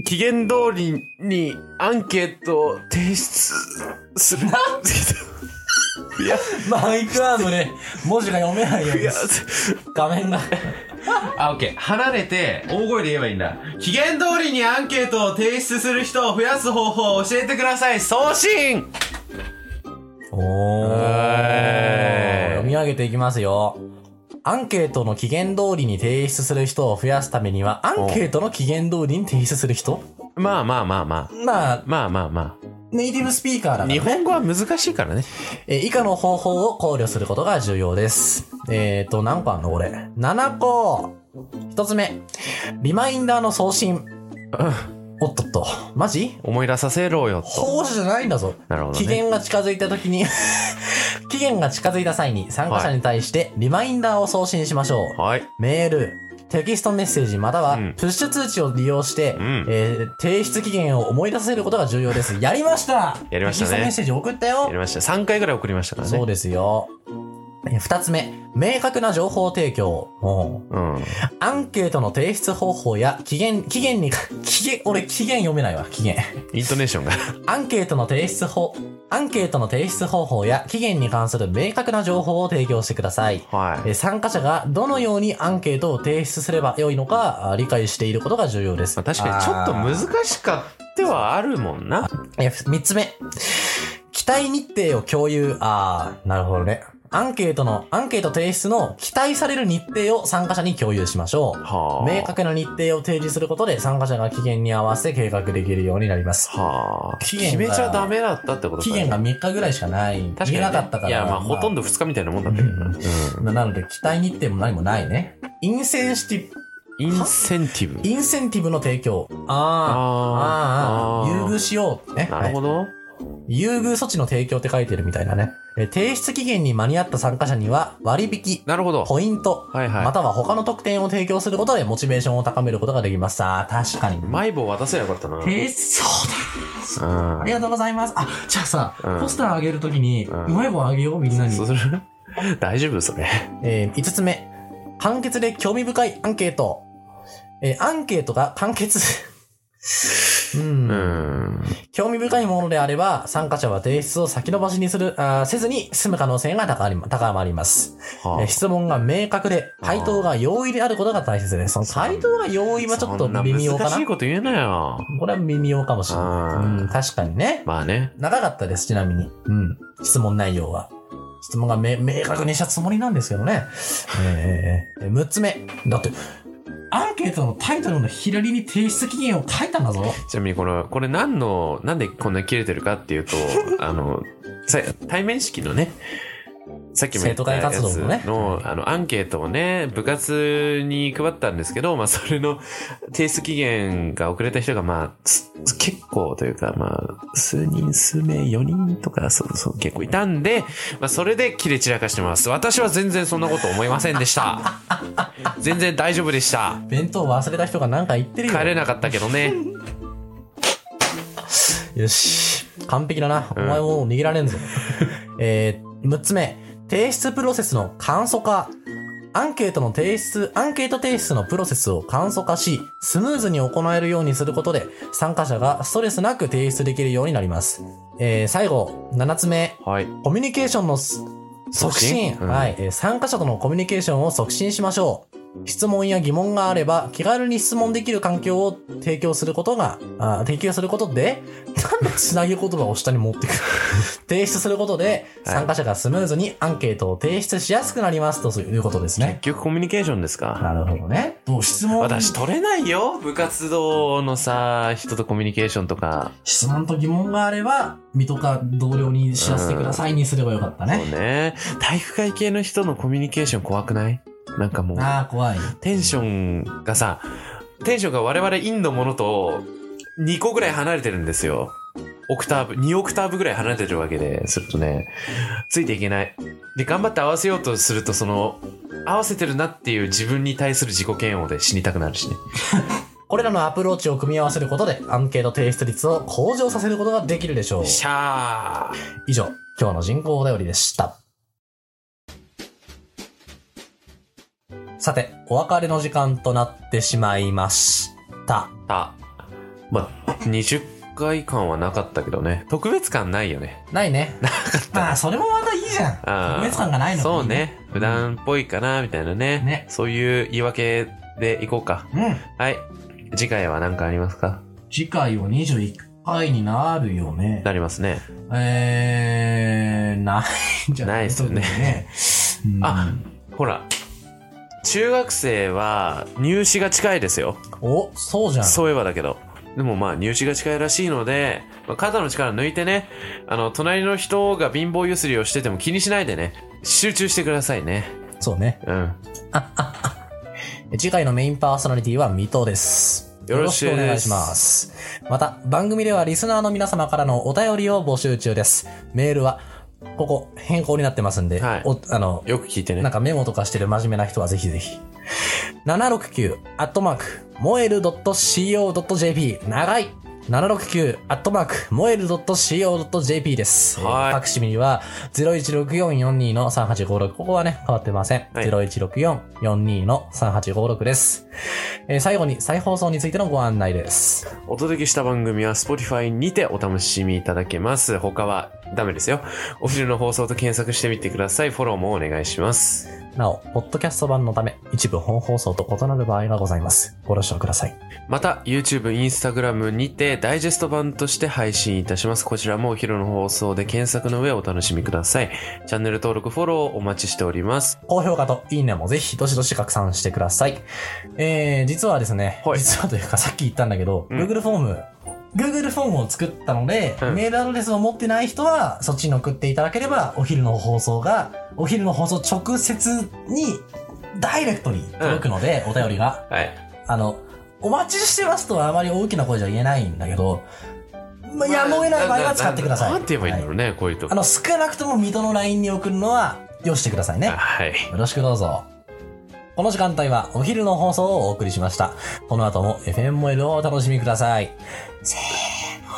B: う期限通りにアンケートを提出する いや
A: マイクアームね、文字が読めないようです。画面が。
B: あオッケー離れて大声で言えばいいんだ期限通りにアンケートを提出する人を増やす方法を教えてください送信
A: お
B: はい
A: ー。読み上げていきますよ。アンケートの期限通りに提出する人を増やすためには、アンケートの期限通りに提出する人
B: まあまあまあまあ
A: まあ、
B: まあまあま
A: ネイティブスピーカーだから
B: あ
A: ね
B: 日本語は難しいからね
A: えー以下の方法を考慮することが重要です。えっ、ー、と、何個あんのこれ。7個 !1 つ目、リマインダーの送信。おっとっと。マジ
B: 思い出させろよと
A: 保護者じゃないんだぞ。
B: なるほど
A: 期
B: ね
A: 限が近づいた時に、 期限が近づいた際に参加者に対してリマインダーを送信しましょう。
B: はい
A: メール、テキストメッセージまたは
B: うん
A: プッシュ通知を利用して、
B: ん
A: えー提出期限を思い出させることが重要です。やりました
B: やりました
A: テキスト
B: ね
A: メッセージ送ったよ
B: やりました3回ぐらい送りましたからね
A: そうですよ。え二つ目、明確な情報提供。うん
B: うん
A: アンケートの提出方法や期限、期限に か、期限、俺期限読めないわ、期限。
B: イントネーションが
A: アンケートの提出方、アンケートの提出方法や期限に関する明確な情報を提供してください。
B: は
A: えー参加者がどのようにアンケートを提出すればよいのかあ理解していることが重要です
B: まあ、。確かにちょっと難しかってはあるもんな。
A: えー、三つ目。期待日程を共有。あー、なるほどね。アンケートの、アンケート提出の期待される日程を参加者に共有しましょう。
B: はあ。
A: 明確な日程を提示することで参加者が期限に合わせ計画できるようになります。
B: はあ。
A: 期限が
B: 決めちゃダメだったってことか
A: 期限が3日ぐらいしかない。確
B: 確かにね、
A: なかったから。
B: いや、まあ、ほとん
A: ど。
B: ど2日みたいなもんなんだけどな。
A: うん
B: うん。
A: なので、期待日程も何もないね。インセンシティブ、
B: インセンティブ。
A: インセンティブの提供。あー。あーあ
B: あ
A: ー、優
B: ー
A: 遇しよう。ね。
B: なるほど。
A: 優遇措置の提供って書いてるみたいなね。えー提出期限に間に合った参加者には割引、
B: なるほど。
A: ポイント、
B: はいはい
A: または他の特典を提供することでモチベーションを高めることができます。ああ、確かに。
B: マイボー渡せばよかったな。
A: えー、そうだ。
B: うん
D: ありがとうございます。あ、じゃあさ、
B: うん
D: ポスターあげるときに、
B: うん
D: うまい棒あげよう、みんなに
B: そ。うする 大丈夫それ。
A: えー、5つ目。簡潔で興味深いアンケート。えーアンケートが簡潔。 うん
B: うん。
A: 興味深いものであれば、参加者は提出を先延ばしにする、あーせずに済む可能性が高り高まります、えー
B: は
A: 質問が明確で、回答が容易であることが大切です。その回答が容易はちょっと微妙か
B: そん難
A: な
B: しいこと言うなよ。
A: これは微妙かもしれない。
B: うん
A: うん、確かにね。
B: まあね。
A: 長かったです、ちなみに。うん。質問内容は。質問がめ明確にしたつもりなんですけどね。えーえーえー、6つ目。だって、
D: アンケートのタイトルの左に提出期限を書いたんだぞ。
B: ちなみにこの、これ何の、なんでこんな切れてるかって いうと、あの、さ対面式のね、さっきも言っ
A: 生
B: た
A: 徒会活動のね
B: やつのあの、アンケートをね、部活に配ったんですけど、まあ、それの提出期限が遅れた人が、まあ、す結構というか、まあ、数人、数名、4人とか、そうそう、結構いたんで、まあ、それで切れ散らかしてます。私は全然そんなこと思いませんで した。全然大丈夫でした。
A: 弁当忘れた人が何か言ってるよ。
B: 帰れなかったけどね。
A: よし。完璧だな。お前もう逃げられん ぞ。えー、6つ目。提出プロセスの簡素化。アンケートの提出、アンケート提出のプロセスを簡素化し、スムーズに行えるようにすることで、参加者がストレスなく提出できるようになります。えー、最後、7つ目。
B: はい。
A: コミュニケーションのす促進
B: 促進うん
A: はい、えー参加者とのコミュニケーションを促進しましょう質問や疑問があれば気軽に質問できる環境を提供することがあー提供することで なんでつなぎ言葉を下に持って くる提出することで
B: はい
A: 参加者がスムーズにアンケートを提出しやすくなりますということです
B: 結
A: ね
B: 局コミュニケーションですか。
A: なるほどね
D: どう質問、
B: 私取れないよ部活動のさ、人とコミュニケーションとか。
D: 質問と疑問があれば、水戸か同僚に知らせてくださいにすればよかった
B: そう
D: ね。
B: ね。体育会系の人のコミュニケーション怖くないなんかもう、
D: ああ、怖い。
B: テンションがさ、テンションが我々インのものと2個ぐらい離れてるんですよ。オクターブ、2オクターブぐらい離れてるわけで、するとね、ついていけない。で、頑張って合わせようとすると、その、合わせてるなっていう自分に対する自己嫌悪で死にたくなるしね。
A: これらのアプローチを組み合わせることでアンケート提出率を向上させることができるでしょう
B: シャー
A: 以上今日の人工お便りでしたさてお別れの時間となってしまいました
B: あ、まあ、20回間はなかったけどね。特別感ないよね。
A: ないね
D: まあ、それもまたいいじゃん。
B: あー
D: 特別感がないの
B: そうね。普段っぽいかな、みたいなね。
D: ね
B: そういう言い訳でいこうか。
D: うん。
B: はい。次回は何かありますか
D: 次回は21回になるよね。
B: なりますね。
D: えー、ないんじゃない
B: ないっすよね。
D: 特にね
B: あ、ほら。中学生は入試が近いですよ。
A: おそうじゃん
B: そういえばだけど。でもまあ入試が近いらしいので、まあ肩の力抜いてね、あの、隣の人が貧乏ゆすりをしてても気にしないでね、集中してくださいね。
A: そうね
B: うん。
A: 次回のメインパーソナリティは水戸です
B: よろし
A: よ
B: く
A: お願いしますまた番組ではリスナーの皆様からのお便りを募集中ですメールはここ変更になってますんで、
B: はい
A: おあの
B: よく聞いてね。
A: なんかメモとかしてる真面目な人はぜひぜひ。769アットマーク、モエル .co.jp。長い !769 アットマーク、モエル .co.jp です。
B: はい
A: えーファクシミリは016442の3856。ここはね、変わってません。
B: はい
A: 016442の3856です。えー最後に再放送についてのご案内です。
B: お届けした番組は Spotify にてお楽しみいただけます。他はダメですよ。お昼の放送と検索してみてください。フォローもお願いします。
A: なお、ポッドキャスト版のため、一部本放送と異なる場合がございます。ご了承ください。
B: また、YouTube、Instagram にてダイジェスト版として配信いたします。こちらもお昼の放送で検索の上お楽しみください。チャンネル登録、フォローお待ちしております。
A: 高評価といいねもぜひどしどし拡散してください。えー、実はですね、
B: はい
A: 実はというかさっき言ったんだけど、
B: うん
A: Google フォーム、Google フォームを作ったので、
B: うん
A: メールアドレスを持ってない人はそっちに送っていただければ、お昼の放送が、お昼の放送直接に、ダイレクトに届くので、お便りが、
B: はい。
A: あの、お待ちしてますとはあまり大きな声じゃ言えないんだけど、まあ、やむを得ない場合は使ってください。
B: なんて言えばいいんだろうね、こういうと
A: あ
B: こ。
A: の、少なくとも水戸の LINE に送るのは、よしてくださいね。
B: はい。
A: よろしくどうぞ。この時間帯はお昼の放送をお送りしました。この後も FM モエルをお楽しみください。せーの。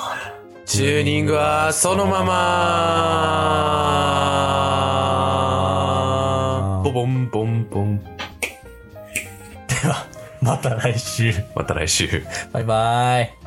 B: チューニングはそのままボボンボンボン。
A: また来週。
B: また来週。
A: バイバイ。